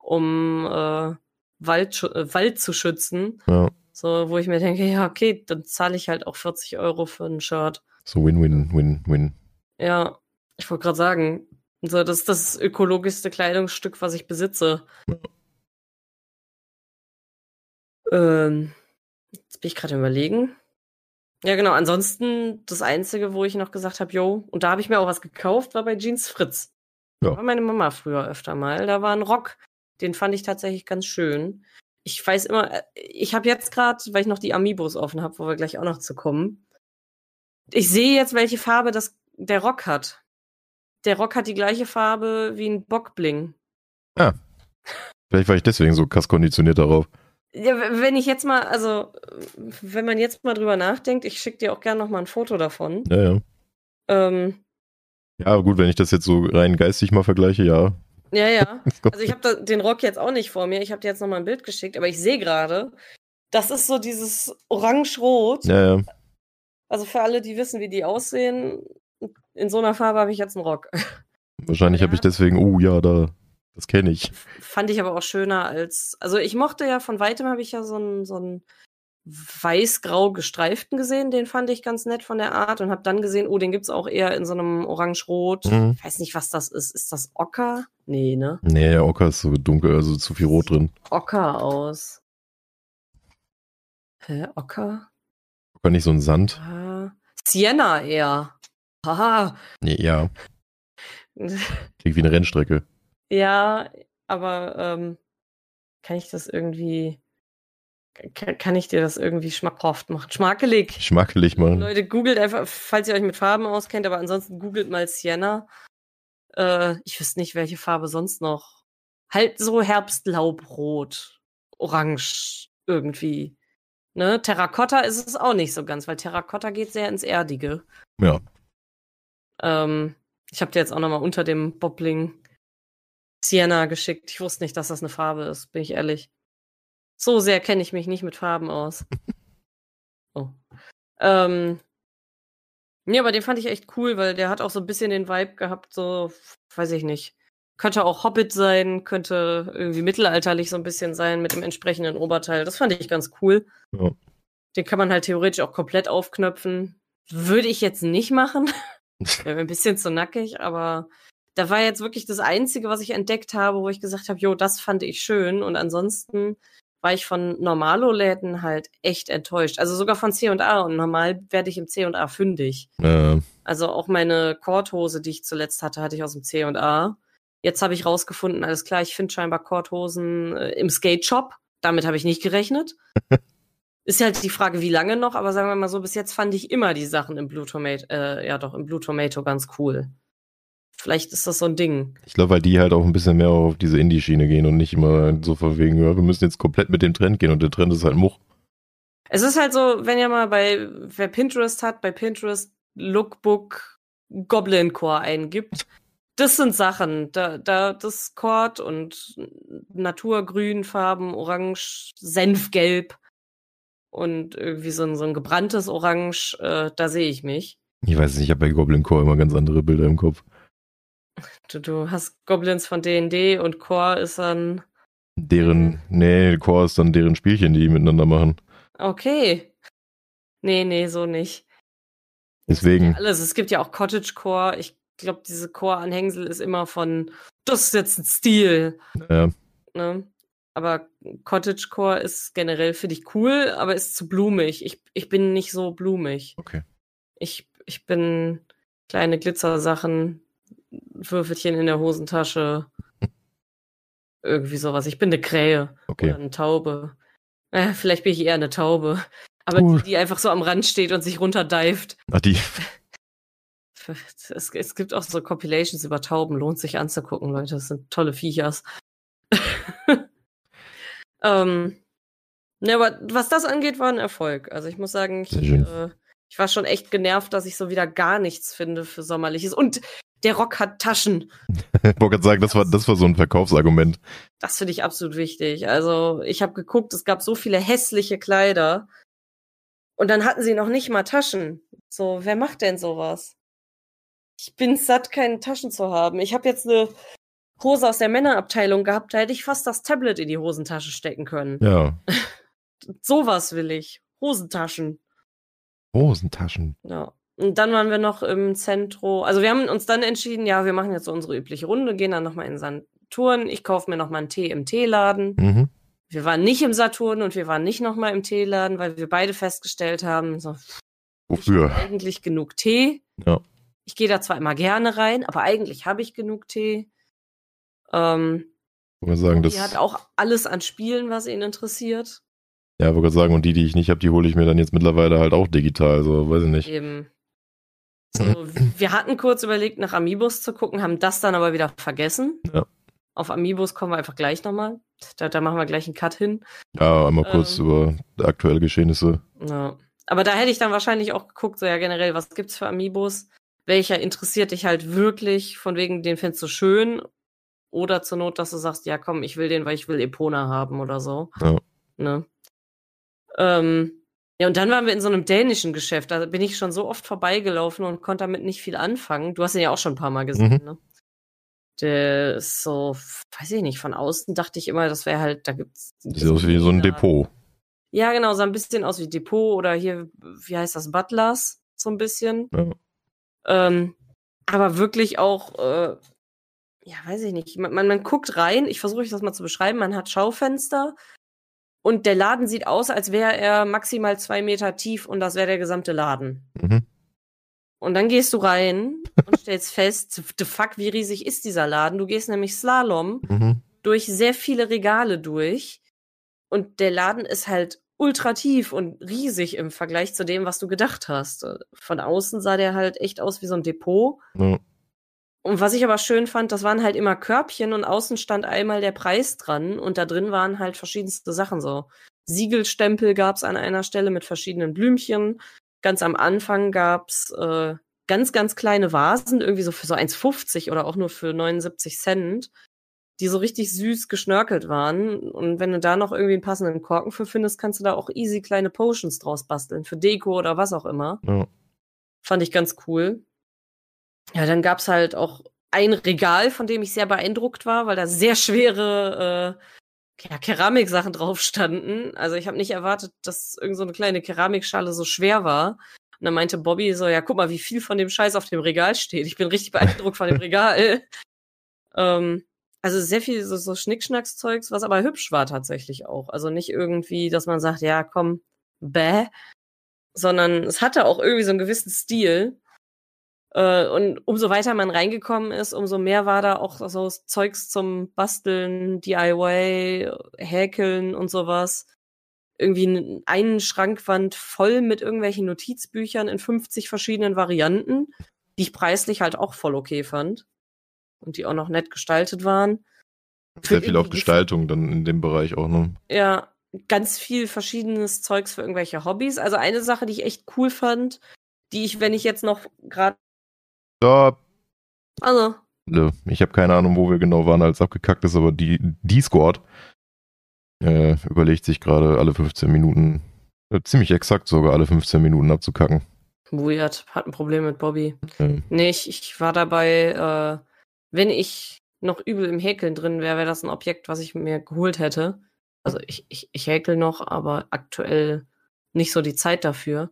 S2: um äh, Wald, äh, Wald zu schützen.
S1: Ja,
S2: So, wo ich mir denke, ja, okay, dann zahle ich halt auch 40 Euro für ein Shirt.
S1: so Win-Win-Win-Win.
S2: Ja, ich wollte gerade sagen, so, das ist das ökologischste Kleidungsstück, was ich besitze. Ähm, jetzt bin ich gerade am überlegen. Ja, genau. Ansonsten, das Einzige, wo ich noch gesagt habe, yo, und da habe ich mir auch was gekauft, war bei Jeans Fritz.
S1: Ja.
S2: Da war meine Mama früher öfter mal. Da war ein Rock. Den fand ich tatsächlich ganz schön. Ich weiß immer, äh, ich habe jetzt gerade, weil ich noch die Amiibos offen habe, wo wir gleich auch noch zu kommen, ich sehe jetzt, welche Farbe das, der Rock hat. Der Rock hat die gleiche Farbe wie ein Bockbling.
S1: Vielleicht war ich deswegen so krass konditioniert darauf.
S2: Ja, w- wenn ich jetzt mal, also, äh, wenn man jetzt mal drüber nachdenkt, ich schicke dir auch gerne nochmal ein Foto davon.
S1: Ja, ja.
S2: Ähm,
S1: Ja, aber gut, wenn ich das jetzt so rein geistig mal vergleiche, ja.
S2: ja, ja. Also, ich habe den Rock jetzt auch nicht vor mir. Ich habe dir jetzt nochmal ein Bild geschickt, aber ich sehe gerade, das ist so dieses orange-rot.
S1: ja, ja.
S2: Also, für alle, die wissen, wie die aussehen, in so einer Farbe habe ich jetzt einen Rock.
S1: Wahrscheinlich habe ich deswegen, oh ja, da, das kenne ich.
S2: Fand ich aber auch schöner als. Also ich mochte ja von weitem habe ich ja so einen so einen weiß-grau gestreiften gesehen, den fand ich ganz nett von der Art und habe dann gesehen, oh, den gibt's auch eher in so einem orange-rot.
S1: Mhm.
S2: Ich weiß nicht, was das ist. Ist das Ocker? Nee, ne?
S1: Nee, ja, Ocker ist so dunkel, also zu viel Rot drin.
S2: Ocker aus. Hä, Ocker?
S1: Ocker nicht so ein Sand.
S2: Ah, Sienna eher. Haha.
S1: Nee, ja, klingt wie eine Rennstrecke.
S2: Ja, aber ähm, kann ich das irgendwie, kann, kann ich dir das irgendwie schmackhaft machen? Schmakelig.
S1: Schmackelig mal.
S2: Leute, googelt einfach, falls ihr euch mit Farben auskennt, aber ansonsten googelt mal Sienna. Äh, ich wüsste nicht, welche Farbe sonst noch. Halt so Herbstlaubrot, Orange irgendwie. Ne? Terrakotta ist es auch nicht so ganz, weil Terrakotta geht sehr ins Erdige.
S1: Ja.
S2: Ähm, ich habe dir jetzt auch nochmal unter dem Bobbling Sienna geschickt. Ich wusste nicht, dass das eine Farbe ist, bin ich ehrlich. So sehr kenne ich mich nicht mit Farben aus. oh. Ähm, nee, aber den fand ich echt cool, weil der hat auch so ein bisschen den Vibe gehabt, so, weiß ich nicht. Könnte auch Hobbit sein, könnte irgendwie mittelalterlich so ein bisschen sein mit dem entsprechenden Oberteil. Das fand ich ganz cool.
S1: Ja.
S2: Den kann man halt theoretisch auch komplett aufknöpfen. Würde ich jetzt nicht machen. Wäre mir ein bisschen zu nackig, aber da war jetzt wirklich das Einzige, was ich entdeckt habe, wo ich gesagt habe, jo, das fand ich schön. Und ansonsten war ich von Normalo-Läden halt echt enttäuscht. Also sogar von C&A und normal werde ich im C&A fündig.
S1: Äh,
S2: Also auch meine Korthose, die ich zuletzt hatte, hatte ich aus dem C&A. Jetzt habe ich rausgefunden, alles klar, ich finde scheinbar Korthosen äh, im Skate-Shop. Damit habe ich nicht gerechnet. Ist halt die Frage, wie lange noch, aber sagen wir mal so, bis jetzt fand ich immer die Sachen im Blue Tomato, äh, ja doch, im Blue Tomato ganz cool. Vielleicht ist das so ein Ding.
S1: ich glaube, weil die halt auch ein bisschen mehr auf diese Indie-Schiene gehen und nicht immer so von wegen, ja, wir müssen jetzt komplett mit dem Trend gehen und der Trend ist halt Much.
S2: Es ist halt so, wenn ihr mal bei, wer Pinterest hat, bei Pinterest Lookbook Goblin Core eingibt. Das sind Sachen, da, da das Kord und Naturgrünfarben, Orange, Senfgelb und irgendwie so ein, so ein gebranntes Orange, äh, da sehe ich mich.
S1: Ich weiß nicht, ich habe bei Goblin Core immer ganz andere Bilder im Kopf.
S2: Du, du hast Goblins von D&D und Core ist dann,
S1: Deren, nee, Core ist dann deren Spielchen, die die miteinander machen.
S2: okay. Nee, nee, so nicht.
S1: Deswegen,
S2: alles. Es gibt ja auch Cottagecore. Ich glaube, diese Core-Anhängsel ist immer von, das ist jetzt ein Stil.
S1: Ja.
S2: Ne? Aber Cottagecore ist generell, finde ich, cool, aber ist zu blumig. Ich, ich bin nicht so blumig.
S1: Okay.
S2: Ich, ich bin kleine Glitzersachen, Würfelchen in der Hosentasche. Irgendwie sowas. Ich bin eine Krähe
S1: okay.
S2: oder eine Taube. Naja, vielleicht bin ich eher eine Taube. Aber
S1: Cool.
S2: die, die einfach so am Rand steht und sich runterdeift.
S1: Ach, die,
S2: Es, es gibt auch so Compilations über Tauben, lohnt sich anzugucken, Leute. Das sind tolle Viechers. ähm, ne, aber was das angeht, war ein Erfolg. Also ich muss sagen, ich,
S1: Sehr schön.
S2: äh, ich war schon echt genervt, dass ich so wieder gar nichts finde für Sommerliches. Und der Rock hat Taschen.
S1: ich wollte gerade sagen, das war, das war so ein Verkaufsargument.
S2: Das finde ich absolut wichtig. Also ich habe geguckt, es gab so viele hässliche Kleider. Und dann hatten sie noch nicht mal Taschen. So, wer macht denn sowas? Ich bin satt, keine Taschen zu haben. Ich habe jetzt eine Hose aus der Männerabteilung gehabt, da hätte ich fast das Tablet in die Hosentasche stecken können.
S1: Ja.
S2: Sowas will ich. Hosentaschen.
S1: Oh, Hosentaschen.
S2: Ja. Und dann waren wir noch im Zentro. Also wir haben uns dann entschieden, ja, wir machen jetzt so unsere übliche Runde, gehen dann nochmal in Saturn. Ich kaufe mir nochmal einen Tee im Teeladen.
S1: Mhm.
S2: Wir waren nicht im Saturn und wir waren nicht nochmal im Teeladen, weil wir beide festgestellt haben, so,
S1: Wofür?
S2: eigentlich genug Tee.
S1: Ja.
S2: Ich gehe da zwar immer gerne rein, aber eigentlich habe ich genug Tee. Ähm,
S1: Ich wollte sagen, das,
S2: die hat auch alles an Spielen, was ihn interessiert.
S1: ja, wollte gerade sagen, und die, die ich nicht habe, die hole ich mir dann jetzt mittlerweile halt auch digital, so, weiß ich nicht.
S2: Eben. So, wir hatten kurz überlegt, nach Amiibos zu gucken, haben das dann aber wieder vergessen.
S1: Ja.
S2: Auf Amiibos kommen wir einfach gleich nochmal. Da, da machen wir gleich einen Cut hin.
S1: Ja, einmal kurz
S2: Ähm.
S1: über aktuelle Geschehnisse.
S2: Ja. Aber da hätte ich dann wahrscheinlich auch geguckt, so ja generell, was gibt's für Amiibos? Welcher interessiert dich halt wirklich, von wegen, den findest du schön? Oder zur Not, dass du sagst, ja komm, ich will den, weil ich will Epona haben oder so.
S1: Ja.
S2: Ne? Ähm, ja, und dann waren wir in so einem dänischen Geschäft. Da bin ich schon so oft vorbeigelaufen und konnte damit nicht viel anfangen. Du hast ihn ja auch schon ein paar Mal gesehen,
S1: Mhm.
S2: ne? Der ist so, weiß ich nicht, von außen dachte ich immer, das wäre halt, da gibt's.
S1: Sieht aus wie so ein
S2: Depot.
S1: Depot.
S2: Ja, genau, sah ein bisschen aus wie Depot oder hier, wie heißt das, Butlers, so ein bisschen.
S1: Ja.
S2: Ähm, aber wirklich auch, äh, ja, weiß ich nicht, man, man, man guckt rein, ich versuche euch das mal zu beschreiben, man hat Schaufenster und der Laden sieht aus, als wäre er maximal zwei Meter tief und das wäre der gesamte Laden.
S1: Mhm.
S2: Und dann gehst du rein und stellst fest, the fuck, wie riesig ist dieser Laden? Du gehst nämlich Slalom
S1: Mhm.
S2: durch sehr viele Regale durch. Und der Laden ist halt ultra tief und riesig im Vergleich zu dem, was du gedacht hast. Von außen sah der halt echt aus wie so ein Depot.
S1: Ja.
S2: Und was ich aber schön fand, das waren halt immer Körbchen und außen stand einmal der Preis dran und da drin waren halt verschiedenste Sachen so. Siegelstempel gab's an einer Stelle mit verschiedenen Blümchen. Ganz am Anfang gab's äh, ganz, ganz kleine Vasen, irgendwie so für so 1,50 oder auch nur für 79 Cent, die so richtig süß geschnörkelt waren. Und wenn du da noch irgendwie einen passenden Korken für findest, kannst du da auch easy kleine Potions draus basteln, für Deko oder was auch immer.
S1: Ja.
S2: Fand ich ganz cool. Ja, dann gab's halt auch ein Regal, von dem ich sehr beeindruckt war, weil da sehr schwere äh, ja, Keramiksachen drauf standen. Also ich habe nicht erwartet, dass irgend so eine kleine Keramikschale so schwer war. Und Und dann meinte Bobby so, ja, guck mal, wie viel von dem Scheiß auf dem Regal steht. Ich bin richtig beeindruckt von dem Regal. ähm, also sehr viel so, so Schnickschnackszeugs, was aber hübsch war tatsächlich auch. Also nicht irgendwie, dass man sagt, ja, komm, bäh, sondern es hatte auch irgendwie so einen gewissen Stil. Äh, und umso weiter man reingekommen ist, umso mehr war da auch so Zeugs zum Basteln, DIY, Häkeln und sowas. Irgendwie n- einen Schrankwand voll mit irgendwelchen Notizbüchern in 50 verschiedenen Varianten, die ich preislich halt auch voll okay fand. Und die auch noch nett gestaltet waren.
S1: Sehr viel auf
S2: Irgendwie-
S1: Gestaltung dann in dem Bereich auch, ne?
S2: ja, ganz viel verschiedenes Zeugs für irgendwelche Hobbys. Also eine Sache, die ich echt cool fand, die ich, wenn ich jetzt noch gerade.
S1: Stopp!
S2: Also,
S1: Nö, ne, Ich habe keine Ahnung, wo wir genau waren, als abgekackt ist, aber die Discord äh, überlegt sich gerade alle 15 Minuten, äh, ziemlich exakt sogar alle 15 Minuten abzukacken.
S2: weird, hat ein Problem mit Bobby.
S1: Ähm,
S2: Nee, ich, ich war dabei, äh, wenn ich noch übel im Häkeln drin wäre, wäre das ein Objekt, was ich mir geholt hätte. Also ich, ich, ich häkel noch, aber aktuell nicht so die Zeit dafür.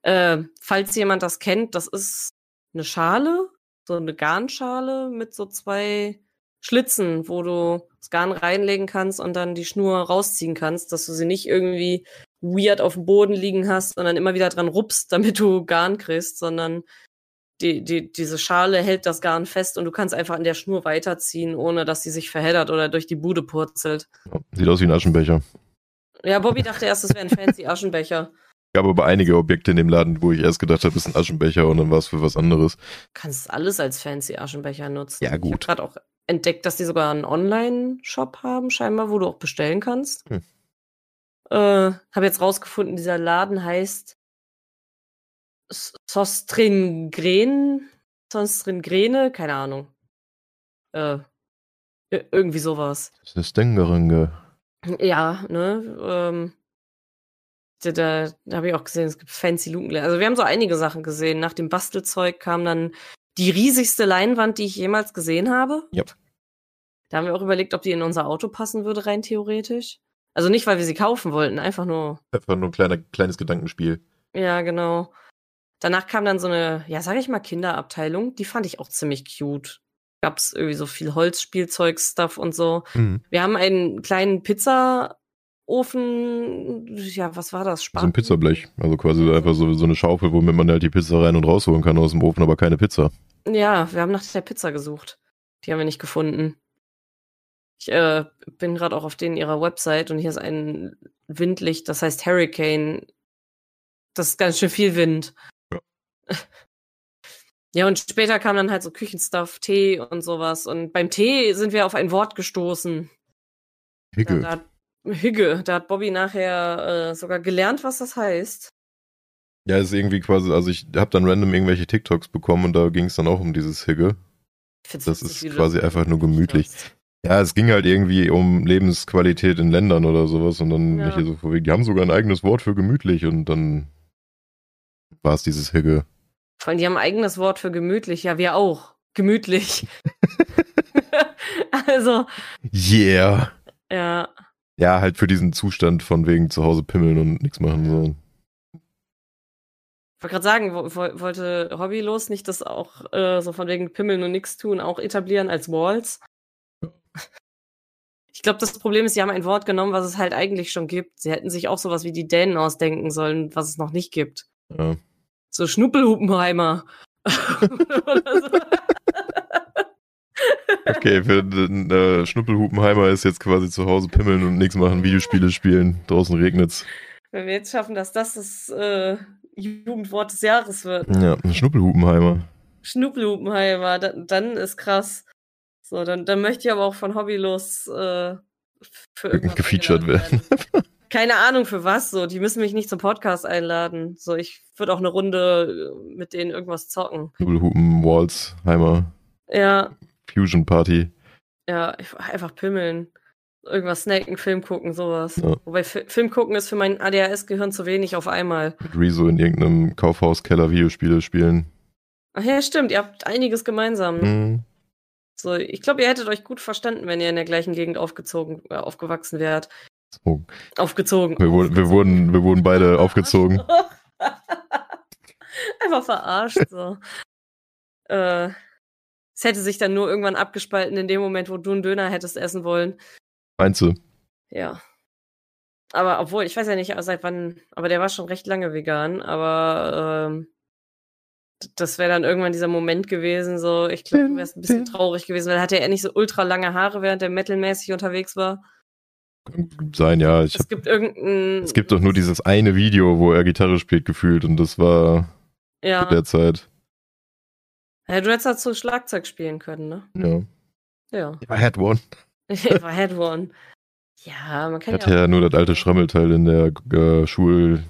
S2: Äh, falls jemand das kennt, das ist eine Schale, so eine Garnschale mit so zwei Schlitzen, wo du das Garn reinlegen kannst und dann die Schnur rausziehen kannst, dass du sie nicht irgendwie weird auf dem Boden liegen hast und dann immer wieder dran rupst, damit du Garn kriegst, sondern die, die, diese Schale hält das Garn fest und du kannst einfach an der Schnur weiterziehen, ohne dass sie sich verheddert oder durch die Bude purzelt.
S1: Sieht aus wie ein Aschenbecher.
S2: Ja, Bobby dachte erst, es wäre ein fancy Aschenbecher.
S1: Gab aber einige Objekte in dem Laden, wo ich erst gedacht habe, ist ein Aschenbecher und dann war es für was anderes.
S2: Kannst alles als fancy Aschenbecher nutzen.
S1: Ja, gut.
S2: Ich habe gerade auch entdeckt, dass die sogar einen Online-Shop haben, scheinbar, wo du auch bestellen kannst.
S1: Hm.
S2: Äh, habe jetzt rausgefunden, dieser Laden heißt S- Sostringren, Sostringrene, keine Ahnung. Äh, i- irgendwie sowas.
S1: Das ist Dengeringe.
S2: Ja, ne? Ähm, da da, da habe ich auch gesehen, es gibt fancy Lukenläden. Also wir haben so einige Sachen gesehen. Nach dem Bastelzeug kam dann die riesigste Leinwand, die ich jemals gesehen habe.
S1: Ja.
S2: Da haben wir auch überlegt, ob die in unser Auto passen würde, rein theoretisch. Also nicht, weil wir sie kaufen wollten, einfach nur,
S1: Einfach nur ein kleiner, kleines Gedankenspiel.
S2: ja, genau. Danach kam dann so eine, ja, sag ich mal, Kinderabteilung. Die fand ich auch ziemlich cute. Gab's irgendwie so viel Holzspielzeug-Stuff und so.
S1: Mhm.
S2: Wir haben einen kleinen Pizzaofen. Ja, was war das?
S1: So ein
S2: Spaten?
S1: Pizzablech. Also quasi einfach so, so eine Schaufel, womit man halt die Pizza rein und rausholen kann aus dem Ofen, aber keine Pizza.
S2: Ja, wir haben nach der Pizza gesucht. Die haben wir nicht gefunden. Ich äh, bin gerade auch auf denen ihrer Website und hier ist ein Windlicht, das heißt Hurricane. Das ist ganz schön viel Wind.
S1: Ja.
S2: Ja, und später kam dann halt so Küchenstuff, Tee und sowas. Und beim Tee sind wir auf ein Wort gestoßen. Ja,
S1: Hicke.
S2: da hat, Hügge, da hat Bobby nachher äh, sogar gelernt, was das heißt.
S1: Ja, ist irgendwie quasi, also ich habe dann random irgendwelche TikToks bekommen und da ging es dann auch um dieses Hicke.
S2: Ich find's
S1: Das
S2: lustig,
S1: ist
S2: wie du
S1: quasi
S2: das
S1: einfach nur gemütlich.
S2: sagst.
S1: Ja, es ging halt irgendwie um Lebensqualität in Ländern oder sowas und dann
S2: Ja.
S1: mich hier so vorweg, die haben sogar ein eigenes Wort für gemütlich und dann war es dieses Hicke.
S2: Vor allem, die haben ein eigenes Wort für gemütlich. Ja, wir auch. Gemütlich. also,
S1: Yeah!
S2: ja,
S1: Ja, halt für diesen Zustand von wegen zu Hause pimmeln und nichts machen. So.
S2: ich wollte gerade sagen, wo, wo, wollte Hobbylos nicht das auch äh, so von wegen Pimmeln und nichts tun auch etablieren als Walls? Ich glaube, das Problem ist, sie haben ein Wort genommen, was es halt eigentlich schon gibt. Sie hätten sich auch sowas wie die Dänen ausdenken sollen, was es noch nicht gibt.
S1: Ja.
S2: So Schnuppelhupenheimer. Oder so.
S1: Okay, für den äh, Schnuppelhupenheimer ist jetzt quasi zu Hause pimmeln und nichts machen, Videospiele spielen, draußen regnet's.
S2: Wenn wir jetzt schaffen, dass das das äh, Jugendwort des Jahres wird,
S1: Ja, ein Schnuppelhupenheimer.
S2: Schnuppelhupenheimer, da, dann ist krass. So, dann, dann möchte ich aber auch von Hobbylos äh, für irgendwas
S1: Gefeatured
S2: eingeladen Keine Ahnung für was, so. Die müssen mich nicht zum Podcast einladen. So, ich würde auch eine Runde äh, mit denen irgendwas zocken.
S1: Schnuppelhupen-Walsheimer
S2: Ja,
S1: Fusion Party.
S2: ja, ich- einfach pimmeln. Irgendwas snacken, Film gucken, sowas.
S1: Ja.
S2: Wobei Fi- Film gucken ist für mein ADHS-Gehirn zu wenig auf einmal.
S1: Mit Rezo in irgendeinem Kaufhauskeller Videospiele spielen.
S2: Ach ja, stimmt, ihr habt einiges gemeinsam. Ne?
S1: Hm.
S2: So, ich glaube, ihr hättet euch gut verstanden, wenn ihr in der gleichen Gegend aufgezogen, äh, aufgewachsen wärt.
S1: Oh,
S2: Aufgezogen.
S1: äh, wir, wurden, wir, wurden, wir wurden beide aufgezogen.
S2: Einfach verarscht so. äh, es hätte sich dann nur irgendwann abgespalten in dem Moment, wo du einen Döner hättest essen wollen.
S1: Meinst du?
S2: Ja. Aber obwohl, ich weiß ja nicht, seit wann, aber der war schon recht lange vegan, aber ähm, d- das wäre dann irgendwann dieser Moment gewesen, so, ich glaube, du wärst ein bisschen traurig gewesen, weil er hatte er nicht so ultra lange Haare, während er metalmäßig unterwegs war.
S1: Sein, ja. Ich hab,
S2: Es gibt irgendein.
S1: es gibt doch nur dieses eine Video, wo er Gitarre spielt, gefühlt. Und das war
S2: Ja.
S1: zu der Zeit.
S2: ja, du hättest dazu Schlagzeug spielen können, ne?
S1: Ja.
S2: Ja.
S1: I had one.
S2: Ich war Head One. Ja, man
S1: Ich
S2: kann ja.
S1: hatte ja nur das alte Schrammelteil in der äh, Schul,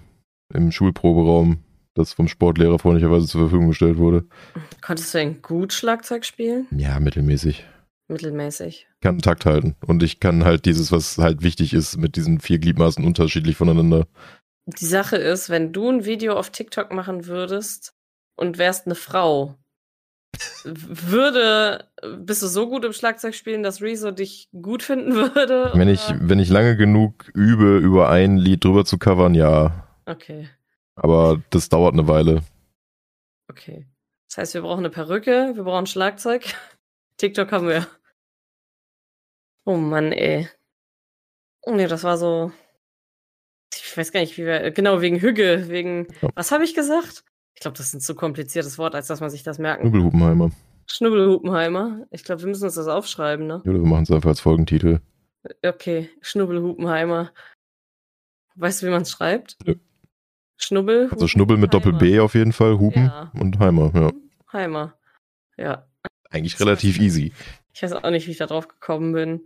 S1: im Schulproberaum, das vom Sportlehrer freundlicherweise zur Verfügung gestellt wurde.
S2: auch- Konntest du denn gut Schlagzeug spielen?
S1: Ja, mittelmäßig.
S2: Mittelmäßig.
S1: Ich kann einen Takt halten. Und ich kann halt dieses, was halt wichtig ist, mit diesen vier Gliedmaßen unterschiedlich voneinander.
S2: Die Sache ist, wenn du ein Video auf TikTok machen würdest und wärst eine Frau, würde, bist du so gut im Schlagzeugspielen, dass Rezo dich gut finden würde?
S1: Wenn
S2: oder?
S1: ich, wenn ich lange genug übe, über ein Lied drüber zu covern, ja.
S2: Okay,
S1: Aber das dauert eine Weile.
S2: okay. Das heißt, wir brauchen eine Perücke, wir brauchen Schlagzeug. TikTok haben wir. Oh Mann, ey. Oh nee, das war so. Ich weiß gar nicht, wie wir. Genau, wegen Hügge, wegen.
S1: Ja.
S2: Was habe ich gesagt? Ich glaube, das ist ein zu kompliziertes Wort, als dass man sich das merken
S1: Nubelhupenheimer.
S2: Schnubbelhupenheimer. Ich glaube, wir müssen uns das aufschreiben, ne?
S1: Oder wir machen es einfach als Folgentitel.
S2: Okay, Schnubbelhupenheimer. Weißt du, wie man es schreibt?
S1: Nö.
S2: Schnubbel.
S1: Also Schnubbel mit
S2: Hupenheimer.
S1: Doppel-B auf jeden Fall, Hupen
S2: Ja.
S1: und Heimer, ja.
S2: Heimer. Ja.
S1: Eigentlich relativ easy.
S2: Ich weiß auch nicht, wie ich da drauf gekommen bin.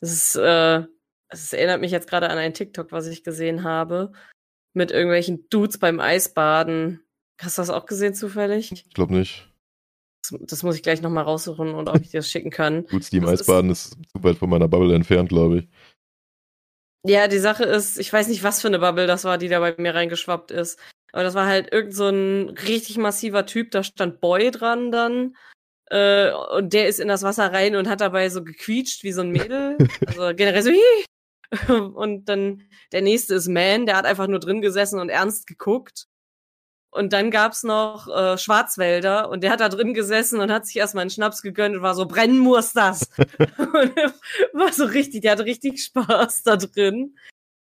S2: Das ist, äh, es erinnert mich jetzt gerade an ein TikTok, was ich gesehen habe. Mit irgendwelchen Dudes beim Eisbaden. Hast du das auch gesehen zufällig?
S1: Ich glaube nicht.
S2: Das, das muss ich gleich nochmal raussuchen und ob ich dir das schicken kann.
S1: Gut, Steam
S2: Das ist-
S1: Eisbaden ist zu weit von meiner Bubble entfernt, glaube ich.
S2: Ja, die Sache ist, ich weiß nicht, was für eine Bubble das war, die da bei mir reingeschwappt ist. Aber das war halt irgend so ein richtig massiver Typ, da stand Boy dran dann. Äh, und der ist in das Wasser rein und hat dabei so gequietscht wie so ein Mädel. Also generell so, "Hi." Und dann der nächste ist Man, der hat einfach nur drin gesessen und ernst geguckt. Und dann gab's noch äh, Schwarzwälder und der hat da drin gesessen und hat sich erstmal einen Schnaps gegönnt und war so, brennen muss das. und er war so richtig, der hatte richtig Spaß da drin.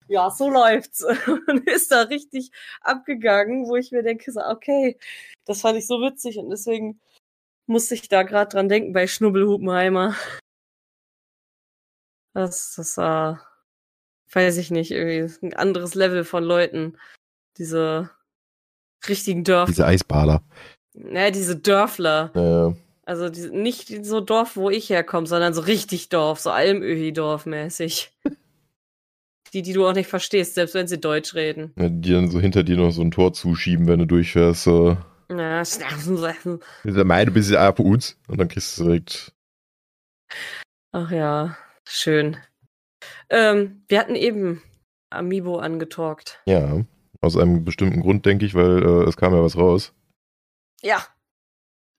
S2: Ja, so läuft's. Und ist da richtig abgegangen, wo ich mir denke, so, okay, das fand ich so witzig und deswegen musste ich da gerade dran denken bei Schnubbelhupenheimer. Das, das war, weiß ich nicht, irgendwie ein anderes Level von Leuten. Diese richtigen Dörfer.
S1: Diese Eisbader.
S2: Ja, diese Dörfler.
S1: Äh,
S2: Also die, nicht so Dorf, wo ich herkomme, sondern so richtig Dorf, so Almöhi-Dorf-mäßig. die, die du auch nicht verstehst, selbst wenn sie Deutsch reden.
S1: die dann so hinter dir noch so ein Tor zuschieben, wenn du durchfährst. Äh,
S2: Na, schnauzen, Sachen.
S1: mein, du bist ja für uns. Und dann kriegst du direkt.
S2: Ach ja, schön. Ähm, wir hatten eben Amiibo angetalkt.
S1: Ja. Aus einem bestimmten Grund, denke ich, weil äh, es kam ja was raus.
S2: Ja.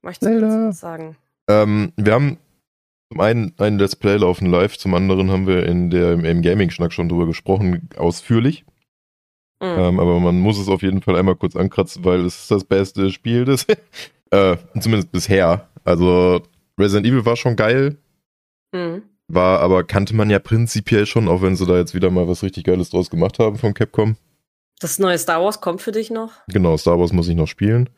S2: Möchtest du
S1: Zelda.
S2: dazu was sagen?
S1: Ähm, wir haben zum einen ein Let's Play laufen live, zum anderen haben wir in der, im Gaming-Schnack schon drüber gesprochen, ausführlich.
S2: Mhm.
S1: Ähm, aber man muss es auf jeden Fall einmal kurz ankratzen, weil es ist das beste Spiel des. äh, zumindest bisher. Also Resident Evil war schon geil,
S2: Mhm.
S1: war aber kannte man ja prinzipiell schon, auch wenn sie da jetzt wieder mal was richtig Geiles draus gemacht haben von Capcom.
S2: Das neue Star Wars kommt für dich noch?
S1: Genau, Star Wars muss ich noch spielen.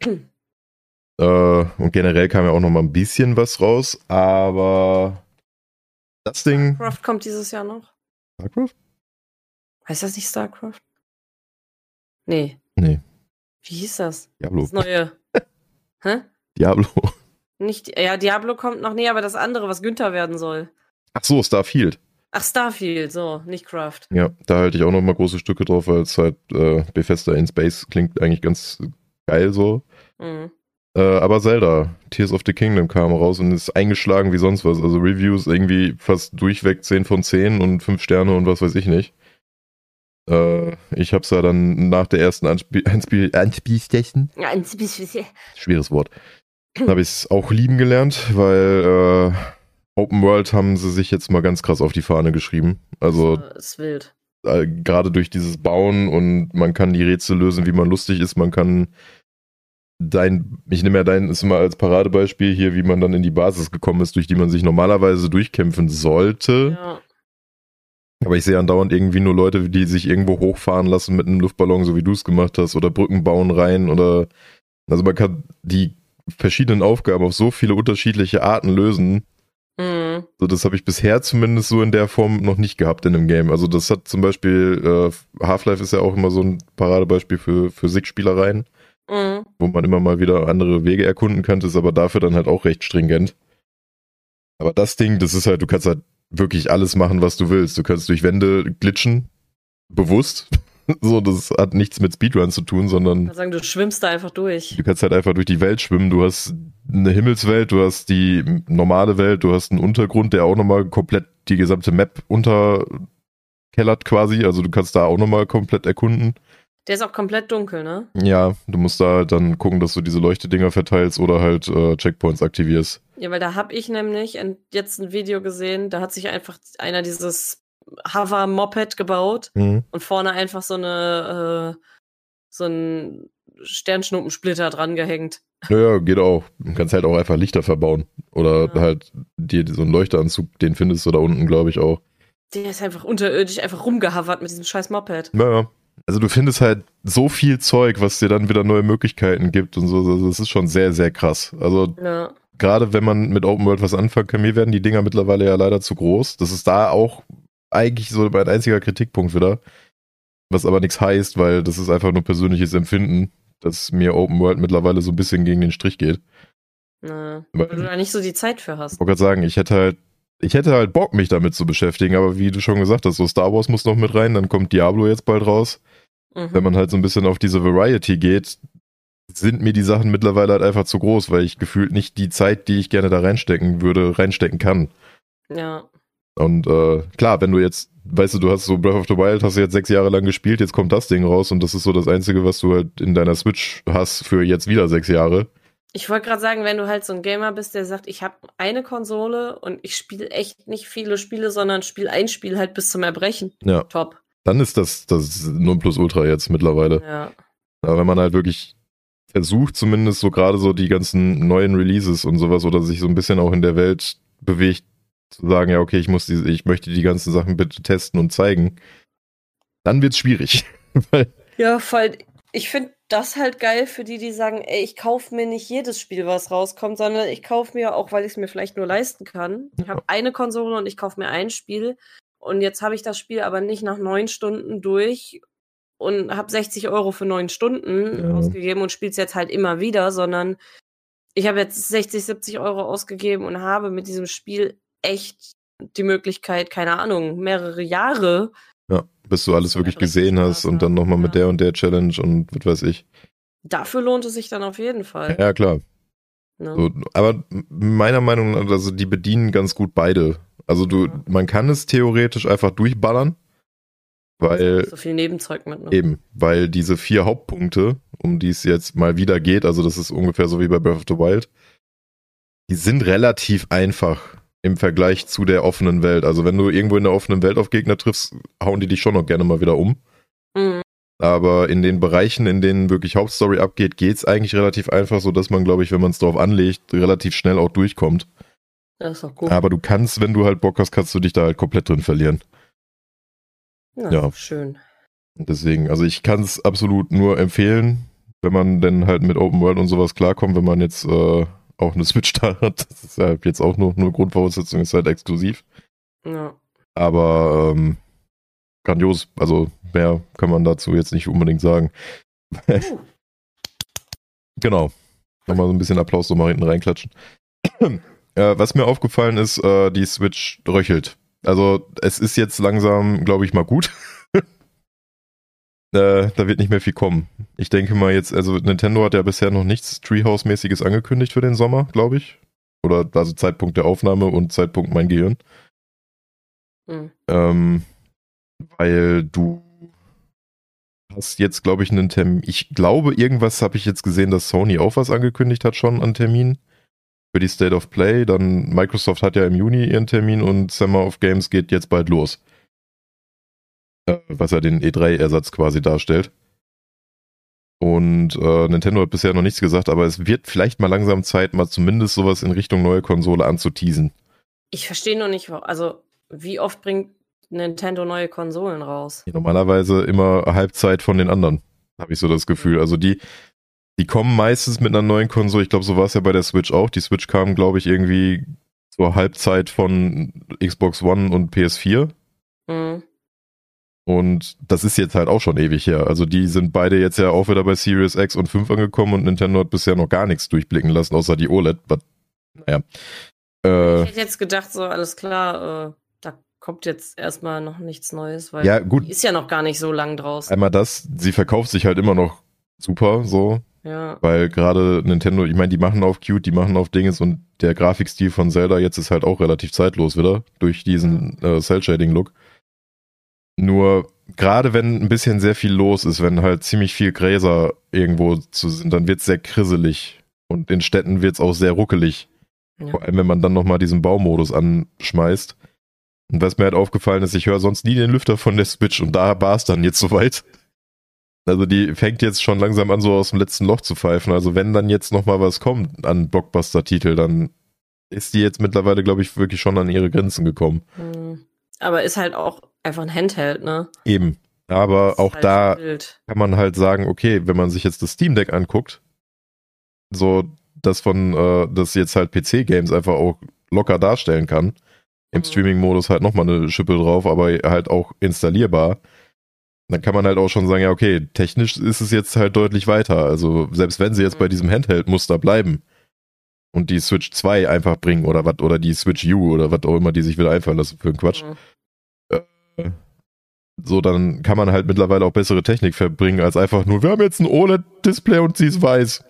S1: äh, und generell kam ja auch noch mal ein bisschen was raus, aber das Ding.
S2: Starcraft kommt dieses Jahr noch?
S1: Starcraft?
S2: Heißt das nicht Starcraft? Nee.
S1: Nee. Oh.
S2: Wie hieß das?
S1: Diablo.
S2: Das neue. Hä?
S1: Diablo.
S2: Nicht, ja, Diablo kommt noch näher, aber das andere, was Günther werden soll.
S1: Ach so, Starfield.
S2: Ach, Starfield, so, nicht Craft.
S1: Ja, da halte ich auch noch mal große Stücke drauf, weil es halt äh, Bethesda in Space klingt eigentlich ganz geil so.
S2: Mhm.
S1: Äh, aber Zelda, Tears of the Kingdom kam raus und ist eingeschlagen wie sonst was. Also Reviews irgendwie fast durchweg 10 von 10 und 5 Sterne und was weiß ich nicht. Äh, ich hab's ja dann nach der ersten Anspiel- Anspiel- Anspielstation
S2: Ja, ein bisschen.
S1: schweres Wort. Habe ich es auch lieben gelernt, weil äh, Open World haben sie sich jetzt mal ganz krass auf die Fahne geschrieben. Also
S2: Äh, Ist wild.
S1: äh, gerade durch dieses Bauen und man kann die Rätsel lösen, wie man lustig ist, man kann dein, ich nehme ja dein, ist immer als Paradebeispiel hier, wie man dann in die Basis gekommen ist, durch die man sich normalerweise durchkämpfen sollte.
S2: Ja.
S1: Aber ich sehe andauernd irgendwie nur Leute, die sich irgendwo hochfahren lassen mit einem Luftballon, so wie du es gemacht hast, oder Brücken bauen rein oder also man kann die verschiedenen Aufgaben auf so viele unterschiedliche Arten lösen.
S2: Mhm.
S1: So, das habe ich bisher zumindest so in der Form noch nicht gehabt in einem Game. Also das hat zum Beispiel, äh, Half-Life ist ja auch immer so ein Paradebeispiel für Physikspielereien,
S2: Mhm.
S1: wo man immer mal wieder andere Wege erkunden kann, ist aber dafür dann halt auch recht stringent. Aber das Ding, das ist halt, du kannst halt wirklich alles machen, was du willst. Du kannst durch Wände glitschen, bewusst. so, das hat nichts mit Speedrun zu tun, sondern
S2: Ich kann sagen, du schwimmst da einfach durch.
S1: Du kannst halt einfach durch die Welt schwimmen. Du hast eine Himmelswelt, du hast die normale Welt, du hast einen Untergrund, der auch nochmal komplett die gesamte Map unterkellert quasi. Also du kannst da auch nochmal komplett erkunden.
S2: Der ist auch komplett dunkel, ne?
S1: Ja, du musst da halt dann gucken, dass du diese Leuchtedinger verteilst oder halt äh, Checkpoints aktivierst.
S2: Ja, weil da hab ich nämlich ein- jetzt ein Video gesehen, da hat sich einfach einer dieses Hover-Moped gebaut und vorne einfach so eine, äh, so ein Sternschnuppensplitter dran gehängt.
S1: Naja, geht auch. Du kannst halt auch einfach Lichter verbauen. Oder
S2: Ja.
S1: halt dir so einen Leuchteranzug, den findest du da unten, glaube ich, auch.
S2: Der ist einfach unterirdisch einfach rumgehavert mit diesem scheiß Moped.
S1: Naja. Also du findest halt so viel Zeug, was dir dann wieder neue Möglichkeiten gibt und so. Also das ist schon sehr, sehr krass. Also
S2: Ja.
S1: gerade wenn man mit Open World was anfangen kann, mir werden die Dinger mittlerweile ja leider zu groß. Das ist da auch eigentlich so mein einziger Kritikpunkt wieder. Was aber nichts heißt, weil das ist einfach nur persönliches Empfinden, dass mir Open World mittlerweile so ein bisschen gegen den Strich geht.
S2: Na,
S1: Aber-
S2: weil du da nicht so die Zeit für hast.
S1: Ich wollte gerade sagen, ich hätte halt, ich hätte halt Bock, mich damit zu beschäftigen, aber wie du schon gesagt hast, so Star Wars muss noch mit rein, dann kommt Diablo jetzt bald raus. wenn
S2: Mhm.
S1: man halt so ein bisschen auf diese Variety geht, sind mir die Sachen mittlerweile halt einfach zu groß, weil ich gefühlt nicht die Zeit, die ich gerne da reinstecken würde, reinstecken kann.
S2: Mhm. Ja.
S1: Und äh, klar, wenn du jetzt, weißt du, du hast so Breath of the Wild, hast du jetzt sechs Jahre lang gespielt, jetzt kommt das Ding raus und das ist so das Einzige, was du halt in deiner Switch hast für jetzt wieder sechs Jahre.
S2: Ich wollte gerade sagen, wenn du halt so ein Gamer bist, der sagt, ich habe eine Konsole und ich spiele echt nicht viele Spiele, sondern spiele ein Spiel halt bis zum Erbrechen.
S1: Ja.
S2: Top.
S1: Dann ist das das Nonplusultra jetzt mittlerweile.
S2: Ja.
S1: Aber wenn man halt wirklich versucht, zumindest so gerade so die ganzen neuen Releases und sowas oder sich so ein bisschen auch in der Welt bewegt, zu sagen, ja, okay, ich muss diese, ich möchte die ganzen Sachen bitte testen und zeigen, dann wird's schwierig.
S2: Ja, voll. Ich finde das halt geil für die, die sagen, ey, ich kaufe mir nicht jedes Spiel, was rauskommt, sondern ich kaufe mir, auch weil ich es mir vielleicht nur leisten kann, ich habe eine Konsole und ich kaufe mir ein Spiel und jetzt habe ich das Spiel aber nicht nach neun Stunden durch und habe 60 Euro für neun Stunden
S1: Ja.
S2: ausgegeben und spiele es jetzt halt immer wieder, sondern ich habe jetzt 60, 70 Euro ausgegeben und habe mit diesem Spiel echt die Möglichkeit, keine Ahnung, mehrere Jahre
S1: Ja, bis du alles wirklich
S2: Richtig
S1: gesehen hast
S2: Spaß
S1: und dann
S2: haben,
S1: nochmal mit
S2: ja.
S1: der und der Challenge und was weiß ich.
S2: Dafür lohnt es sich dann auf jeden Fall.
S1: Ja, klar.
S2: Ne?
S1: So, aber meiner Meinung nach, also die bedienen ganz gut beide. Also du,
S2: Ja.
S1: man kann es theoretisch einfach durchballern, weil
S2: so viel Nebenzeug mit. Ne?
S1: Eben, weil diese vier Hauptpunkte, um die es jetzt mal wieder geht, also das ist ungefähr so wie bei Breath of the Wild, die sind relativ einfach im Vergleich zu der offenen Welt. Also wenn du irgendwo in der offenen Welt auf Gegner triffst, hauen die dich schon noch gerne mal wieder um.
S2: Mhm.
S1: Aber in den Bereichen, in denen wirklich Hauptstory abgeht, geht's eigentlich relativ einfach, so dass man, glaube ich, wenn man es drauf anlegt, relativ schnell auch durchkommt.
S2: Das ist doch gut.
S1: Aber du kannst, wenn du halt Bock hast, kannst du dich da halt komplett drin verlieren.
S2: Na,
S1: ja.
S2: Schön.
S1: Deswegen, also ich kann es absolut nur empfehlen, wenn man denn halt mit Open World und sowas klarkommt, wenn man jetzt äh, auch eine Switch da hat. Das ist halt jetzt auch nur, nur Grundvoraussetzung, ist halt exklusiv.
S2: Ja.
S1: Aber ähm, grandios, also mehr kann man dazu jetzt nicht unbedingt sagen.
S2: Uh.
S1: Genau. Nochmal so ein bisschen Applaus nochmal hinten reinklatschen. äh, was mir aufgefallen ist, äh, die Switch röchelt. Also es ist jetzt langsam, glaube ich, mal gut. äh, da wird nicht mehr viel kommen. Ich denke mal jetzt, also Nintendo hat ja bisher noch nichts Treehouse-mäßiges angekündigt für den Sommer, glaube ich. Oder also Zeitpunkt der Aufnahme und Zeitpunkt mein Gehirn.
S2: Mhm.
S1: Ähm, weil du hast jetzt, glaube ich, einen Termin. Ich glaube, irgendwas habe ich jetzt gesehen, dass Sony auch was angekündigt hat schon an Termin für die State of Play. Dann Microsoft hat ja im Juni ihren Termin und Summer of Games geht jetzt bald los. E Äh, Was ja den E3-Ersatz quasi darstellt. Und äh, Nintendo hat bisher noch nichts gesagt, aber es wird vielleicht mal langsam Zeit, mal zumindest sowas in Richtung neue Konsole anzuteasen.
S2: Ich verstehe noch nicht, wa- also wie oft bringt Nintendo neue Konsolen raus?
S1: Normalerweise immer Halbzeit von den anderen, habe ich so das Gefühl. Also die, die kommen meistens mit einer neuen Konsole. Ich glaube, so war es ja bei der Switch auch. Die Switch kam, glaube ich, irgendwie zur Halbzeit von Xbox One und PS4.
S2: Hm.
S1: Und das ist jetzt halt auch schon ewig her. Also die sind beide jetzt ja auch wieder bei Series X und 5 angekommen und Nintendo hat bisher noch gar nichts durchblicken lassen, außer die OLED. Aber, naja. Äh,
S2: Ich hätte jetzt gedacht, so alles klar, äh, da kommt jetzt erstmal noch nichts Neues, weil
S1: ja, gut,
S2: die ist ja noch gar nicht so lang draußen.
S1: einmal das, sie verkauft sich halt immer noch super so,
S2: Ja.
S1: weil gerade Nintendo, ich meine, die machen auf Cute, die machen auf Dinges und der Grafikstil von Zelda jetzt ist halt auch relativ zeitlos wieder durch diesen äh, Cell-Shading-Look. Nur gerade wenn ein bisschen sehr viel los ist, wenn halt ziemlich viel Gräser irgendwo zu sind, dann wird's sehr krisselig. Und in Städten wird's auch sehr ruckelig.
S2: Ja.
S1: Vor allem, wenn man dann nochmal diesen Baumodus anschmeißt. Und was mir halt aufgefallen ist, ich höre sonst nie den Lüfter von der Switch und da war es dann jetzt soweit. Also die fängt jetzt schon langsam an, so aus dem letzten Loch zu pfeifen. Also wenn dann jetzt nochmal was kommt an Blockbuster-Titel, dann ist die jetzt mittlerweile, glaube ich, wirklich schon an ihre Grenzen gekommen.
S2: Hm. Aber ist halt auch einfach ein Handheld, ne?
S1: Eben. Aber
S2: Ist
S1: auch
S2: halt
S1: da
S2: wild.
S1: kann man halt sagen, okay, wenn man sich jetzt das Steam Deck anguckt, so das von, äh, das jetzt halt PC-Games einfach auch locker darstellen kann. Im
S2: Mhm.
S1: Streaming-Modus halt nochmal eine Schippe drauf, aber halt auch installierbar. Dann kann man halt auch schon sagen, ja, okay, technisch ist es jetzt halt deutlich weiter. Also selbst wenn sie jetzt
S2: Mhm.
S1: bei diesem Handheld-Muster bleiben und die Switch 2 einfach bringen oder was, oder die Switch U oder was auch immer, die sich wieder einfallen lassen für einen Quatsch
S2: Hm.
S1: so, dann kann man halt mittlerweile auch bessere Technik verbringen, als einfach nur, wir haben jetzt ein OLED-Display und sie ist weiß.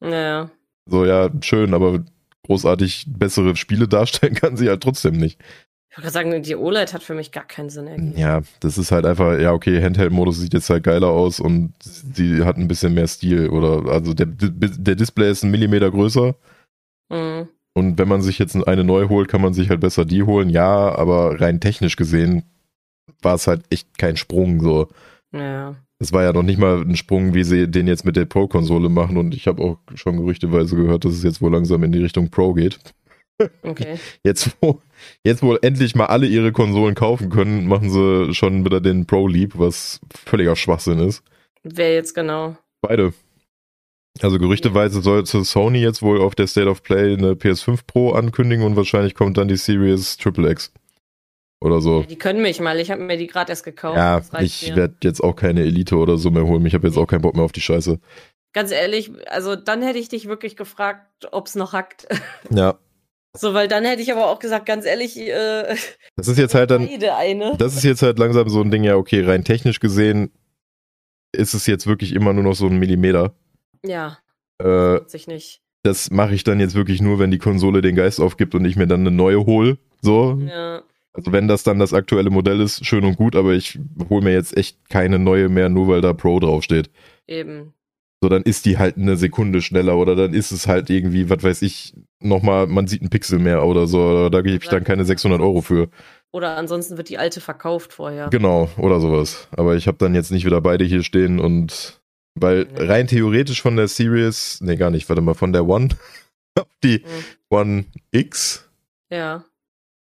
S2: Naja.
S1: So, ja, schön, aber großartig bessere Spiele darstellen kann sie halt trotzdem nicht.
S2: Ich würde sagen, die OLED hat für mich gar keinen Sinn ergeben.
S1: Ja, das ist halt einfach, ja, okay, Handheld-Modus sieht jetzt halt geiler aus und sie hat ein bisschen mehr Stil oder, also der, der Display ist ein Millimeter größer
S2: Hm.
S1: und wenn man sich jetzt eine neu holt, kann man sich halt besser die holen, ja, aber rein technisch gesehen war es halt echt kein Sprung, so.
S2: Naja.
S1: Es war ja noch nicht mal ein Sprung, wie sie den jetzt mit der Pro-Konsole machen. Und ich habe auch schon gerüchteweise gehört, dass es jetzt wohl langsam in die Richtung Pro geht.
S2: Okay.
S1: Jetzt, wo, jetzt wohl endlich mal alle ihre Konsolen kaufen können, machen sie schon wieder den Pro-Leap, was völliger Schwachsinn ist.
S2: Wer jetzt genau?
S1: Beide. Also gerüchteweise sollte Sony jetzt wohl auf der State of Play eine PS5 Pro ankündigen und wahrscheinlich kommt dann die Series XXX. Oder so.
S2: Ja, die können mich mal. Ich habe mir die gerade erst gekauft.
S1: Ja,
S2: Das reicht
S1: ich
S2: mir.
S1: werde jetzt auch keine Elite oder so mehr holen. Ich habe jetzt auch keinen Bock mehr auf die Scheiße.
S2: Ganz ehrlich, also dann hätte ich dich wirklich gefragt, ob es noch hackt.
S1: Ja.
S2: So, weil dann hätte ich aber auch gesagt, ganz ehrlich, äh,
S1: Das ist jetzt halt dann,
S2: beide eine.
S1: das ist jetzt halt langsam so ein Ding, ja, okay, rein technisch gesehen ist es jetzt wirklich immer nur noch so ein Millimeter.
S2: Ja,
S1: Äh,
S2: lohnt sich nicht.
S1: das mache ich dann jetzt wirklich nur, wenn die Konsole den Geist aufgibt und ich mir dann eine neue hole. So.
S2: Ja,
S1: Also wenn das dann das aktuelle Modell ist, schön und gut, aber ich hole mir jetzt echt keine neue mehr, nur weil da Pro draufsteht.
S2: eben.
S1: So, dann ist die halt eine Sekunde schneller oder dann ist es halt irgendwie, was weiß ich, nochmal, man sieht einen Pixel mehr oder so, oder da gebe ich dann keine 600 Euro für.
S2: Oder ansonsten wird die alte verkauft vorher.
S1: Genau, oder sowas. Aber ich habe dann jetzt nicht wieder beide hier stehen und weil
S2: Nee.
S1: rein theoretisch von der Series, nee, gar nicht, warte mal, von der One auf die
S2: Mhm.
S1: One X.
S2: Ja.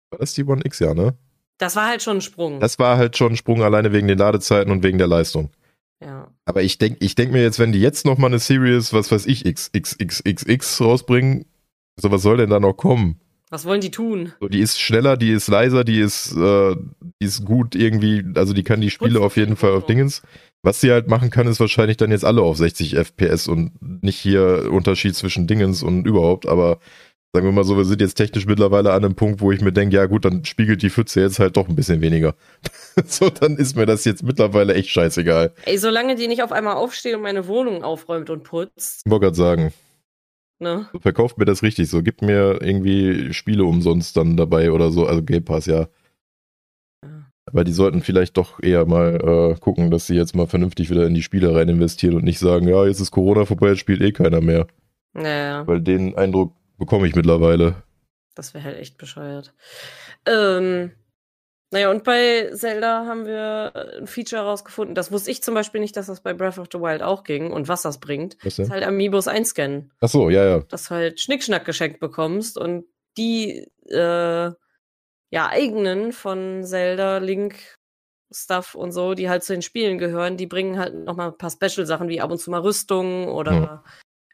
S1: War das die One X, ja, ne?
S2: Das war halt schon ein Sprung.
S1: Das war halt schon ein Sprung alleine wegen den Ladezeiten und wegen der Leistung.
S2: ja.
S1: Aber ich denke ich denk mir jetzt, wenn die jetzt nochmal eine Series, was weiß ich, XXXXX rausbringen, so was soll denn da noch kommen?
S2: Was wollen die tun?
S1: So, die ist schneller, die ist leiser, die ist, äh, die ist gut irgendwie, also die kann die Spiele
S2: Putzt
S1: auf jeden
S2: die
S1: Fall auf
S2: Wohnung.
S1: Dingens. Was sie halt machen kann, ist wahrscheinlich dann jetzt alle auf 60 FPS und nicht hier Unterschied zwischen Dingens und überhaupt, aber sagen wir mal so, wir sind jetzt technisch mittlerweile an einem Punkt, wo ich mir denke, ja gut, dann spiegelt die Pfütze jetzt halt doch ein bisschen weniger. so, dann ist mir das jetzt mittlerweile echt scheißegal.
S2: Ey, solange die nicht auf einmal aufsteht und meine Wohnung aufräumt und putzt,
S1: Ich wollte gerade sagen,
S2: ne?
S1: so verkauft mir das richtig so, gibt mir irgendwie Spiele umsonst dann dabei oder so, also Game Pass, ja.
S2: Ja.
S1: Aber die sollten vielleicht doch eher mal äh, gucken, dass sie jetzt mal vernünftig wieder in die Spiele rein investieren und nicht sagen, ja, jetzt ist Corona vorbei, jetzt spielt eh keiner mehr.
S2: Naja,
S1: Weil den Eindruck bekomme ich mittlerweile.
S2: das wäre halt echt bescheuert. Ähm, Naja, und bei Zelda haben wir ein Feature rausgefunden. Das wusste ich zum Beispiel nicht, dass das bei Breath of the Wild auch ging und was das bringt.
S1: Was
S2: Das ist
S1: denn?
S2: halt Amiibos einscannen.
S1: Ach so, ja, ja.
S2: Dass du halt Schnickschnack geschenkt bekommst und die äh, ja eigenen von Zelda, Link, Stuff und so, die halt zu den Spielen gehören, die bringen halt nochmal ein paar Special-Sachen wie ab und zu mal Rüstungen oder
S1: Hm.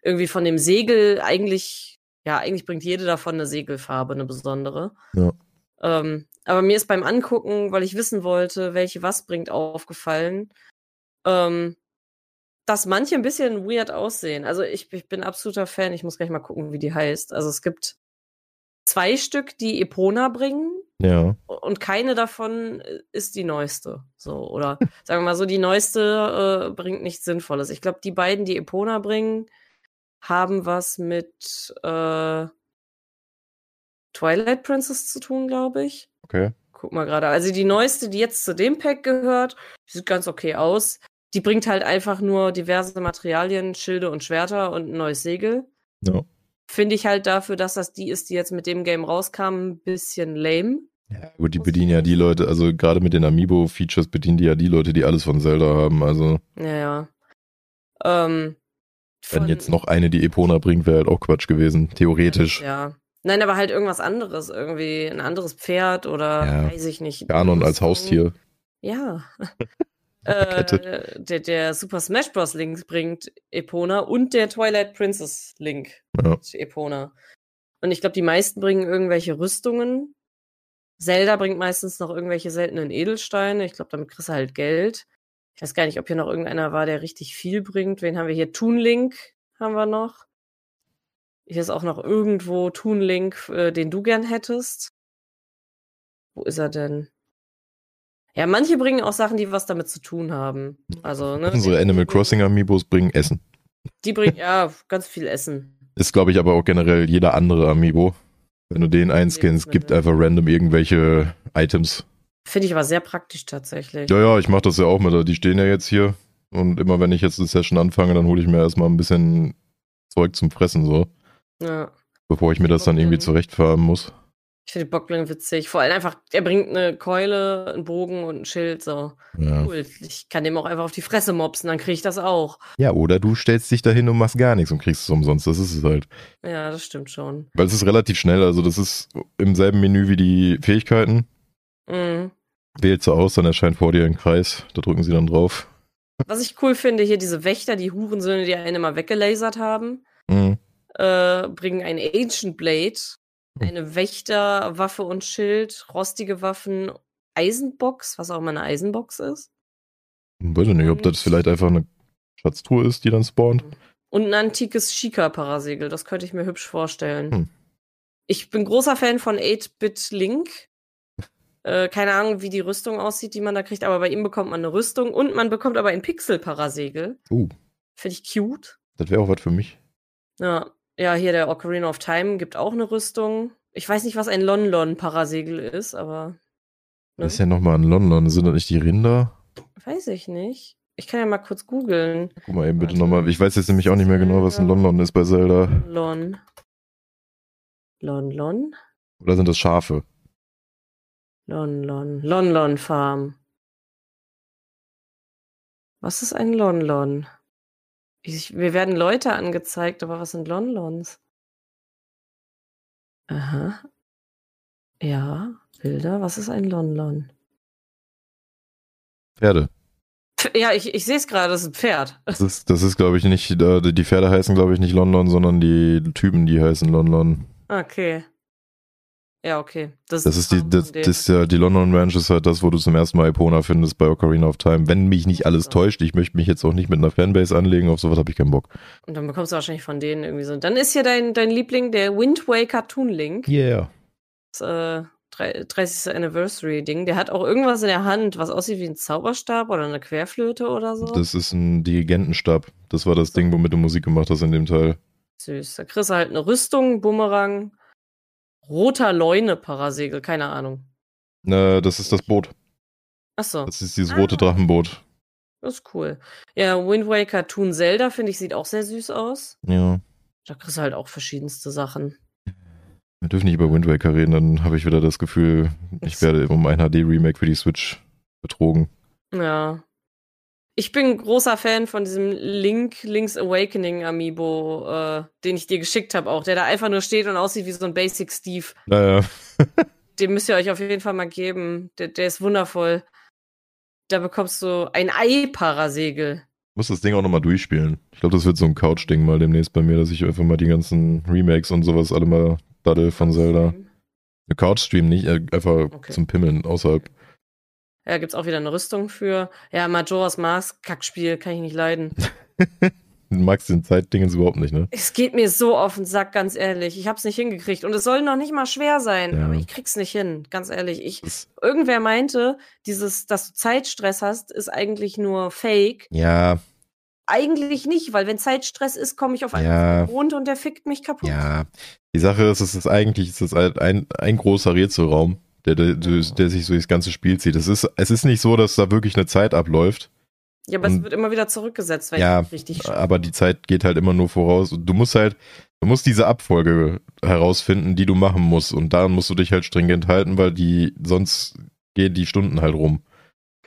S2: irgendwie von dem Segel. Eigentlich, ja, eigentlich bringt jede davon eine Segelfarbe, eine besondere.
S1: Ja.
S2: Ähm, aber mir ist beim Angucken, weil ich wissen wollte, welche was bringt, aufgefallen, ähm, dass manche ein bisschen weird aussehen. Also ich, ich bin absoluter Fan. Ich muss gleich mal gucken, wie die heißt. Also es gibt zwei Stück, die Epona bringen
S1: Ja.
S2: und keine davon äh, ist die neueste. So, oder sagen wir mal so, die neueste äh, bringt nichts Sinnvolles. Ich glaube, die beiden, die Epona bringen, haben was mit äh, Twilight Princess zu tun, glaube ich.
S1: Okay.
S2: Guck mal gerade. Also die neueste, die jetzt zu dem Pack gehört, die sieht ganz okay aus. Die bringt halt einfach nur diverse Materialien, Schilde und Schwerter und ein neues Segel.
S1: Ja.
S2: Finde ich halt dafür, dass das die ist, die jetzt mit dem Game rauskam, ein bisschen lame.
S1: Ja, gut, die bedienen ja die Leute, also gerade mit den Amiibo-Features bedienen die ja die Leute, die alles von Zelda haben. Also,
S2: Ja, ja. Ähm,
S1: wenn
S2: von-
S1: jetzt noch eine die Epona bringt, wäre halt auch Quatsch gewesen, theoretisch.
S2: Ja. Nein, aber halt irgendwas anderes, irgendwie ein anderes Pferd oder
S1: Ja.
S2: weiß ich nicht.
S1: Ganon als Haustier.
S2: Ja.
S1: Kette.
S2: äh, der, der Super Smash Bros. Link bringt Epona und der Twilight Princess Link
S1: Ja.
S2: bringt Epona. Und ich glaube, die meisten bringen irgendwelche Rüstungen. Zelda bringt meistens noch irgendwelche seltenen Edelsteine. Ich glaube, damit kriegst du halt Geld. Ich weiß gar nicht, ob hier noch irgendeiner war, der richtig viel bringt. Wen haben wir hier? Toon Link haben wir noch. Hier ist auch noch irgendwo Toon Link, äh, den du gern hättest. Wo ist er denn? Ja, manche bringen auch Sachen, die was damit zu tun haben. Also, ne?
S1: Unsere Animal Crossing Amiibos bringen Essen.
S2: Die bringen, ja, ganz viel Essen.
S1: Ist, glaube ich, aber auch generell jeder andere Amiibo. Wenn du den einscannst, gibt einfach random irgendwelche Items.
S2: Finde ich aber sehr praktisch tatsächlich.
S1: Ja, ja, ich mache das ja auch mit. Die stehen ja jetzt hier. Und immer wenn ich jetzt eine Session anfange, dann hole ich mir erstmal ein bisschen Zeug zum Fressen, so.
S2: Ja.
S1: Bevor ich mir das dann irgendwie
S2: Okay.
S1: zurechtfahren muss.
S2: Ich finde Bockling witzig. Vor allem einfach, er bringt eine Keule, einen Bogen und ein Schild. So.
S1: Ja.
S2: Cool. Ich kann dem auch einfach auf die Fresse mopsen, dann kriege ich das auch.
S1: ja, oder du stellst dich dahin und machst gar nichts und kriegst es umsonst. Das ist es halt.
S2: Ja, das stimmt schon.
S1: Weil es ist relativ schnell. Also, das ist im selben Menü wie die Fähigkeiten.
S2: Mhm.
S1: Wählst du aus, dann erscheint vor dir ein Kreis. Da drücken sie dann drauf.
S2: Was ich cool finde, hier diese Wächter, die Hurensöhne, die einen immer weggelasert haben,
S1: Mhm.
S2: äh, bringen ein Ancient Blade,
S1: Hm.
S2: eine Wächterwaffe und Schild, rostige Waffen, Eisenbox, was auch immer eine Eisenbox ist,
S1: Weiß ich nicht, ob das vielleicht einfach eine Schatztruhe ist, die dann spawnt.
S2: und ein antikes Shika-Parasegel. Das könnte ich mir hübsch vorstellen.
S1: Hm.
S2: Ich bin großer Fan von 8-Bit Link. Äh, keine Ahnung, wie die Rüstung aussieht, die man da kriegt, aber bei ihm bekommt man eine Rüstung und man bekommt aber ein Pixel-Parasegel.
S1: Uh.
S2: Finde ich cute.
S1: Das wäre auch was für mich.
S2: Ja, ja, hier der Ocarina of Time gibt auch eine Rüstung. Ich weiß nicht, was ein Lonlon-Parasegel ist, aber ne?
S1: Das ist ja nochmal in London. Sind das nicht die Rinder?
S2: weiß ich nicht. Ich kann ja mal kurz googeln.
S1: Guck mal eben bitte
S2: Warte.
S1: nochmal. Ich weiß jetzt nämlich auch nicht mehr genau, was in
S2: Zelda.
S1: London ist bei Zelda.
S2: Lon. Lonlon?
S1: Oder sind das Schafe?
S2: Lonlon. Lonlon Farm. Was ist ein Lonlon? Ich, mir werden Leute angezeigt, aber was sind Lonlons? Aha. Ja, Bilder. Was ist ein Lonlon?
S1: Pferde.
S2: Pf- Ja, ich, ich sehe es gerade, das ist ein Pferd.
S1: Das ist, das ist glaube ich, nicht, da- die Pferde heißen, glaube ich, nicht London, sondern die Typen, die heißen London.
S2: Okay. Ja, okay.
S1: Das ist die,
S2: Farm
S1: das,
S2: von denen.
S1: das, ja, die London Ranch ist halt das, wo du zum ersten Mal Epona findest bei Ocarina of Time. Wenn mich nicht alles
S2: Ja.
S1: täuscht, ich möchte mich jetzt auch nicht mit einer Fanbase anlegen, auf sowas habe ich keinen Bock.
S2: Und dann bekommst du wahrscheinlich von denen irgendwie so. Dann ist hier dein, dein Liebling, der Wind Waker Toon Link.
S1: Yeah.
S2: Das äh, drei- 30. Anniversary Ding. Der hat auch irgendwas in der Hand, was aussieht wie ein Zauberstab oder eine Querflöte oder so.
S1: Das ist ein Dirigentenstab. Das war das Ding, womit du Musik gemacht hast in dem Teil.
S2: Süß. Da kriegst du halt eine Rüstung, Bumerang, roter Leune-Parasegel, keine Ahnung.
S1: Na, das ist das Boot.
S2: Achso,
S1: Das ist dieses rote
S2: Ah.
S1: Drachenboot.
S2: das ist cool. Ja, Wind Waker Toon Zelda, finde ich, sieht auch sehr süß aus.
S1: Ja.
S2: Da kriegst du halt auch verschiedenste Sachen.
S1: Wir dürfen nicht über Wind Waker reden, dann habe ich wieder das Gefühl, ich werde um ein HD-Remake für die Switch betrogen.
S2: Ja. Ich bin großer Fan von diesem Link, Link's Awakening Amiibo, äh, den ich dir geschickt habe auch, der da einfach nur steht und aussieht wie so ein Basic Steve.
S1: Naja.
S2: Den müsst ihr euch auf jeden Fall mal geben. Der, der ist wundervoll. Da bekommst du ein Ei-Parasegel.
S1: muss das Ding auch nochmal durchspielen. Ich glaube, das wird so ein Couch-Ding mal demnächst bei mir, dass ich einfach mal die ganzen Remakes und sowas alle mal daddel von Zelda. Eine Couch-Stream nicht, äh, einfach
S2: Okay.
S1: zum Pimmeln außerhalb.
S2: Ja, gibt's auch wieder eine Rüstung für. Ja, Majora's Mask, Kackspiel, kann ich nicht leiden.
S1: Du magst den Zeitdingens überhaupt nicht, ne?
S2: Es geht mir so auf den Sack, ganz ehrlich. Ich hab's nicht hingekriegt. Und es soll noch nicht mal schwer sein,
S1: Ja.
S2: aber ich krieg's nicht hin, ganz ehrlich. Ich,
S1: Das,
S2: irgendwer meinte, dieses, dass du Zeitstress hast, ist eigentlich nur fake.
S1: ja,
S2: Eigentlich nicht, weil wenn Zeitstress ist, komme ich auf einen
S1: ja,
S2: runter und der fickt mich kaputt.
S1: ja. Die Sache ist, es ist eigentlich es ist halt ein, ein großer Rätselraum, der, der, der, der sich so das ganze Spiel zieht. Es ist, es ist nicht so, dass da wirklich eine Zeit abläuft.
S2: Ja, aber
S1: Und-
S2: es wird immer wieder zurückgesetzt, wenn
S1: Ja,
S2: ich richtig spiele.
S1: aber die Zeit geht halt immer nur voraus. Und du musst halt, du musst diese Abfolge herausfinden, die du machen musst. Und daran musst du dich halt stringent halten, weil die, sonst gehen die Stunden halt rum.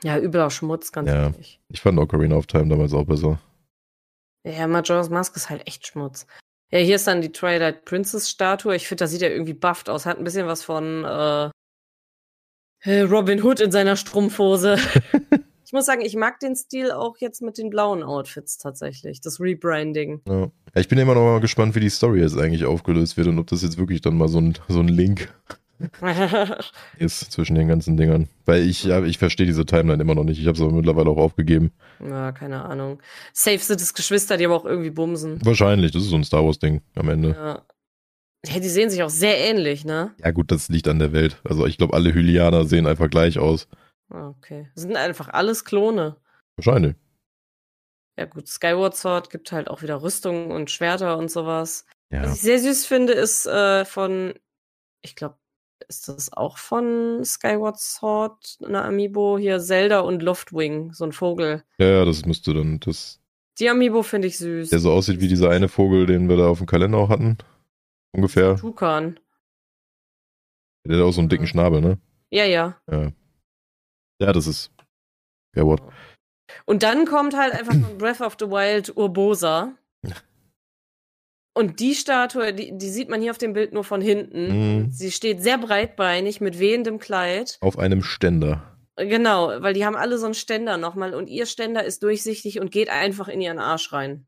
S2: Ja, übler Schmutz, ganz
S1: Ja.
S2: ehrlich.
S1: Ich fand Ocarina of Time damals auch besser.
S2: Ja, Majora's Mask ist halt echt Schmutz. Ja, hier ist dann die Twilight Princess Statue. Ich finde, das sieht ja irgendwie bufft aus. Hat ein bisschen was von äh, äh, Robin Hood in seiner Strumpfhose. ich muss sagen, ich mag den Stil auch jetzt mit den blauen Outfits tatsächlich. Das Rebranding.
S1: Ja. Ja, ich bin immer noch mal gespannt, wie die Story jetzt eigentlich aufgelöst wird und ob das jetzt wirklich dann mal so ein, so ein Link ist zwischen den ganzen Dingern. Weil ich, ja, ich verstehe diese Timeline immer noch nicht. Ich habe es aber mittlerweile auch aufgegeben.
S2: ja, keine Ahnung. Safe sind es Geschwister, die aber auch irgendwie bumsen.
S1: Wahrscheinlich, das ist so ein Star Wars-Ding am Ende.
S2: Ja. ja, die sehen sich auch sehr ähnlich, ne?
S1: Ja gut, das liegt an der Welt. Also ich glaube, alle Hylianer sehen einfach gleich aus.
S2: Ah, Okay. Das sind einfach alles Klone.
S1: Wahrscheinlich.
S2: Ja gut, Skyward Sword gibt halt auch wieder Rüstungen und Schwerter und sowas.
S1: Ja.
S2: Was ich sehr süß finde, ist äh, von, ich glaube, ist das auch von Skyward Sword, eine Amiibo, hier Zelda und Loftwing, so ein Vogel.
S1: Ja, ja, das müsste dann, das,
S2: Die Amiibo finde ich süß.
S1: der so aussieht wie dieser eine Vogel, den wir da auf dem Kalender auch hatten. Ungefähr.
S2: Tukan.
S1: Der hat auch so einen dicken Schnabel, ne?
S2: Ja, ja.
S1: Ja. Ja, das ist. Ja, what?
S2: Und dann kommt halt einfach von Breath of the Wild Urbosa. Und die Statue, die, die sieht man hier auf dem Bild nur von hinten.
S1: Mhm.
S2: Sie steht sehr breitbeinig mit wehendem Kleid.
S1: Auf einem Ständer.
S2: Genau, weil die haben alle so einen Ständer nochmal und ihr Ständer ist durchsichtig und geht einfach in ihren Arsch rein.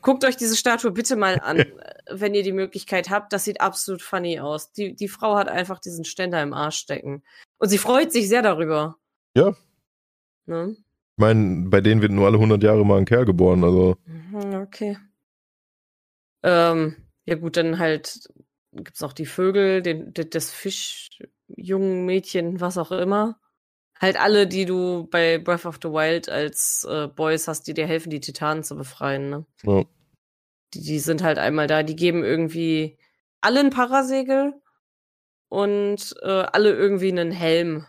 S2: Guckt euch diese Statue bitte mal an, äh, wenn ihr die Möglichkeit habt. Das sieht absolut funny aus. Die, die Frau hat einfach diesen Ständer im Arsch stecken. Und sie freut sich sehr darüber.
S1: Ja.
S2: Ne?
S1: Ich meine, bei denen wird nur alle 100 Jahre mal ein Kerl geboren, also.
S2: Mhm, Okay. Ähm, ja gut, dann halt gibt's noch die Vögel, den, de- das Fisch, jungen Mädchen, was auch immer. Halt alle, die du bei Breath of the Wild als äh, Boys hast, die dir helfen, die Titanen zu befreien. Ne?
S1: Ja.
S2: Die, die sind halt einmal da. Die geben irgendwie alle ein Parasegel und äh, alle irgendwie einen Helm.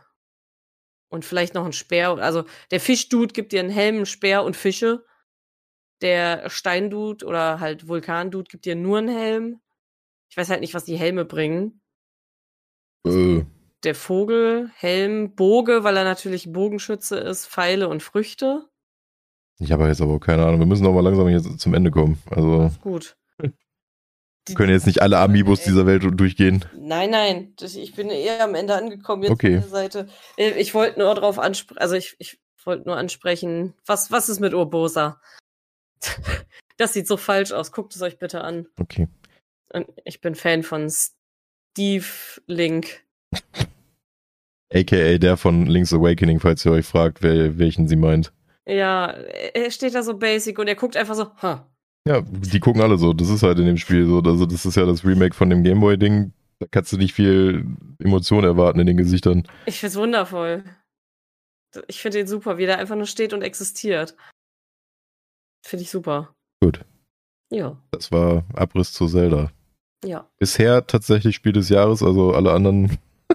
S2: Und vielleicht noch einen Speer. Also der Fischdude gibt dir einen Helm, einen Speer und Fische. Der Steindude oder halt Vulkandude gibt dir nur einen Helm. Ich weiß halt nicht, was die Helme bringen.
S1: Äh,
S2: Der Vogel, Helm, Boge, weil er natürlich Bogenschütze ist, Pfeile und Früchte.
S1: ich habe jetzt aber auch keine Ahnung. Wir müssen doch mal langsam jetzt zum Ende kommen. Also,
S2: Ist gut.
S1: wir können jetzt nicht alle Amiibos dieser Welt durchgehen.
S2: Nein, nein, das, ich bin eher am Ende angekommen jetzt
S1: Okay.
S2: von der Seite. Äh, Ich wollte nur drauf ansprechen, also ich, ich wollte nur ansprechen, was, was ist mit Urbosa? Das sieht so falsch aus, guckt es euch bitte an.
S1: Okay.
S2: Und ich bin Fan von Steve Link.
S1: AKA der von Link's Awakening, falls ihr euch fragt, wer, welchen sie meint.
S2: Ja, er er steht da so basic und er guckt einfach so, ha.
S1: Ja, die gucken alle so. Das ist halt in dem Spiel so. Also, das ist ja das Remake von dem Gameboy-Ding. Da kannst du nicht viel Emotion erwarten in den Gesichtern.
S2: Ich find's wundervoll. Ich finde ihn super, wie der einfach nur steht und existiert. Finde ich super.
S1: Gut.
S2: Ja,
S1: Das war Abriss zu Zelda.
S2: ja.
S1: Bisher tatsächlich Spiel des Jahres, also alle anderen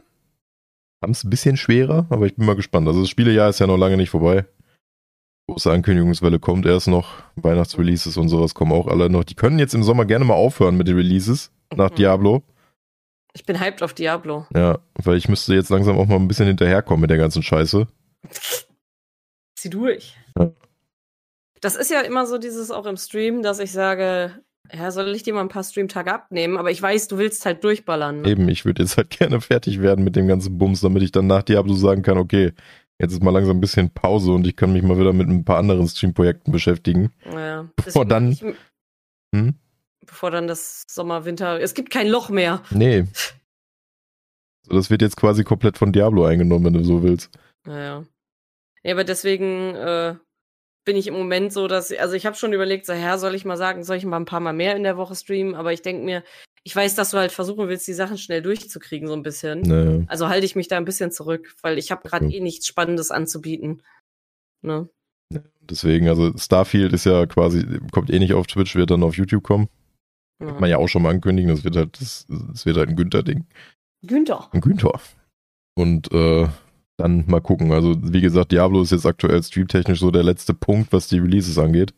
S1: haben es ein bisschen schwerer, aber ich bin mal gespannt. Also das Spielejahr ist ja noch lange nicht vorbei. Große Ankündigungswelle kommt erst noch. Weihnachtsreleases und sowas kommen auch alle noch. Die können jetzt im Sommer gerne mal aufhören mit den Releases nach
S2: Mhm.
S1: Diablo.
S2: Ich bin hyped auf Diablo.
S1: Ja, weil ich müsste jetzt langsam auch mal ein bisschen hinterherkommen mit der ganzen Scheiße.
S2: Zieh durch.
S1: Ja.
S2: Das ist ja immer so dieses auch im Stream, dass ich sage, ja, soll ich dir mal ein paar Streamtage abnehmen? Aber ich weiß, du willst halt durchballern. Ne?
S1: Eben, ich würde jetzt halt gerne fertig werden mit dem ganzen Bums, damit ich dann nach Diablo sagen kann, okay, jetzt ist mal langsam ein bisschen Pause und ich kann mich mal wieder mit ein paar anderen Streamprojekten beschäftigen.
S2: Ja.
S1: Bevor
S2: Deswegen-
S1: dann-
S2: ich-
S1: Hm?
S2: bevor dann das Sommer, Winter. Es gibt kein Loch mehr.
S1: Nee. So, das wird jetzt quasi komplett von Diablo eingenommen, wenn du so willst.
S2: Naja. Ja, aber deswegen äh, bin ich im Moment so, dass. Also, ich habe schon überlegt, so, Herr, soll ich mal sagen, soll ich mal ein paar Mal mehr in der Woche streamen? Aber ich denke mir, ich weiß, dass du halt versuchen willst, die Sachen schnell durchzukriegen, so ein bisschen.
S1: Naja.
S2: Also halte ich mich da ein bisschen zurück, weil ich habe gerade
S1: Okay.
S2: eh nichts Spannendes anzubieten. Ne?
S1: Deswegen, also Starfield ist ja quasi, kommt eh nicht auf Twitch, wird dann auf YouTube kommen.
S2: Ja.
S1: Kann man ja auch schon mal ankündigen, das wird halt, das, das wird halt ein Günther-Ding.
S2: Günther.
S1: Ein Günther. Und äh, dann mal gucken. Also, wie gesagt, Diablo ist jetzt aktuell streamtechnisch so der letzte Punkt, was die Releases angeht.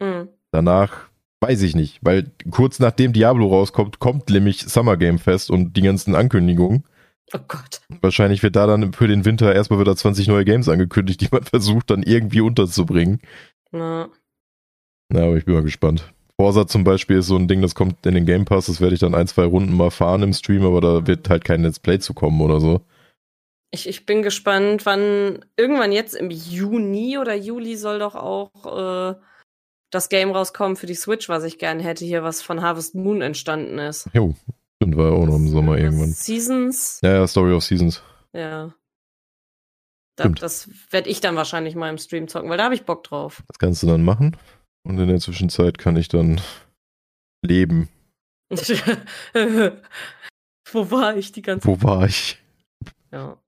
S2: Mhm.
S1: Danach weiß ich nicht, weil kurz nachdem Diablo rauskommt, kommt nämlich Summer Game Fest und die ganzen Ankündigungen.
S2: Oh Gott.
S1: Wahrscheinlich wird da dann für den Winter erstmal wieder 20 neue Games angekündigt, die man versucht dann irgendwie unterzubringen.
S2: Na,
S1: Na, aber ich bin mal gespannt. Forsa zum Beispiel ist so ein Ding, das kommt in den Game Pass, das werde ich dann ein, zwei Runden mal fahren im Stream, aber da wird halt kein Let's Play zu kommen oder so.
S2: ich, ich bin gespannt, wann irgendwann jetzt im Juni oder Juli soll doch auch äh, das Game rauskommen für die Switch, was ich gern hätte hier, was von Harvest Moon entstanden ist. Äh,
S1: Jo, stimmt, war ja auch noch im Sommer irgendwann.
S2: Seasons.
S1: Ja, ja, Story of Seasons.
S2: Ja. Da,
S1: Stimmt.
S2: das werde ich dann wahrscheinlich mal im Stream zocken, weil da habe ich Bock drauf.
S1: Das kannst du dann machen und in der Zwischenzeit kann ich dann leben.
S2: Wo war ich die ganze
S1: Wo war ich?
S2: Ja.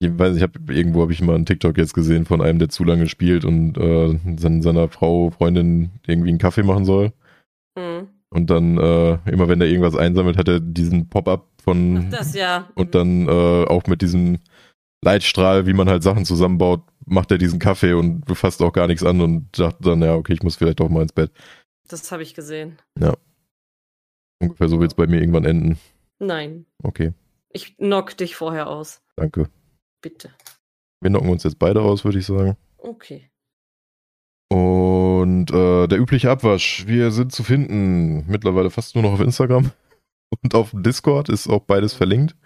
S1: Ich weiß, ich habe irgendwo habe ich mal einen TikTok jetzt gesehen von einem, der zu lange spielt und äh, sen, seiner Frau Freundin irgendwie einen Kaffee machen soll.
S2: Mhm.
S1: Und dann äh, immer wenn er irgendwas einsammelt, hat er diesen Pop-up
S2: Ach,
S1: von
S2: das ja.
S1: Mhm. und dann äh, auch mit diesem Leitstrahl, wie man halt Sachen zusammenbaut, macht er diesen Kaffee und fasst auch gar nichts an und dachte dann ja okay, ich muss vielleicht doch mal ins Bett.
S2: Das habe ich gesehen.
S1: Ungefähr so wird's bei mir irgendwann enden.
S2: Nein.
S1: Okay,
S2: Ich knock dich vorher aus.
S1: danke.
S2: Bitte.
S1: Wir knocken uns jetzt beide aus, würde ich sagen.
S2: Okay.
S1: Und äh, der übliche Abwasch. Wir sind zu finden. Mittlerweile fast nur noch auf Instagram. Und auf dem Discord ist auch beides verlinkt.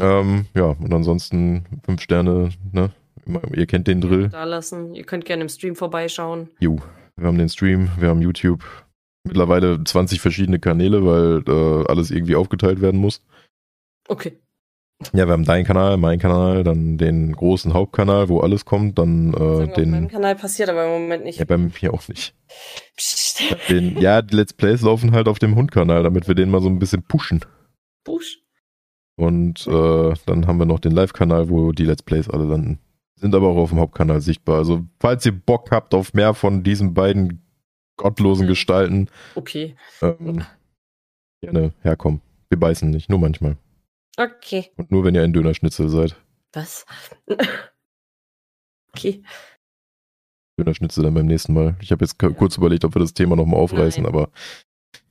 S1: Ähm, ja, und ansonsten fünf Sterne, ne? Immer- Ihr kennt den Drill.
S2: Da lassen. Ihr könnt gerne im Stream vorbeischauen.
S1: Wir haben den Stream, wir haben YouTube. Mittlerweile 20 verschiedene Kanäle, weil äh, alles irgendwie aufgeteilt werden muss.
S2: Okay.
S1: Ja, wir haben deinen Kanal, meinen Kanal, dann den großen Hauptkanal, wo alles kommt, dann äh,
S2: Sagen wir, auf meinem
S1: den.
S2: Kanal passiert aber im Moment nicht.
S1: Ja, bei mir auch nicht.
S2: Psst.
S1: Den, ja, die Let's Plays laufen halt auf dem Hundkanal, damit wir den mal so ein bisschen pushen.
S2: Busch.
S1: Und äh, dann haben wir noch den Live-Kanal, wo die Let's Plays alle landen. Sind aber auch auf dem Hauptkanal sichtbar. Also, falls ihr Bock habt auf mehr von diesen beiden gottlosen Gestalten,
S2: Okay.
S1: ähm, gerne herkommen. Wir beißen nicht, nur manchmal.
S2: Okay.
S1: Und nur, wenn ihr ein Dönerschnitzel seid.
S2: Was? okay.
S1: Dönerschnitzel dann beim nächsten Mal. Ich habe jetzt k- kurz überlegt, ob wir das Thema nochmal aufreißen,
S2: Nein.
S1: aber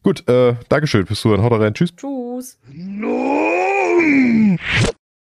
S1: gut, äh, Dankeschön fürs Zuhören. Haut rein, tschüss.
S2: Tschüss.
S1: No!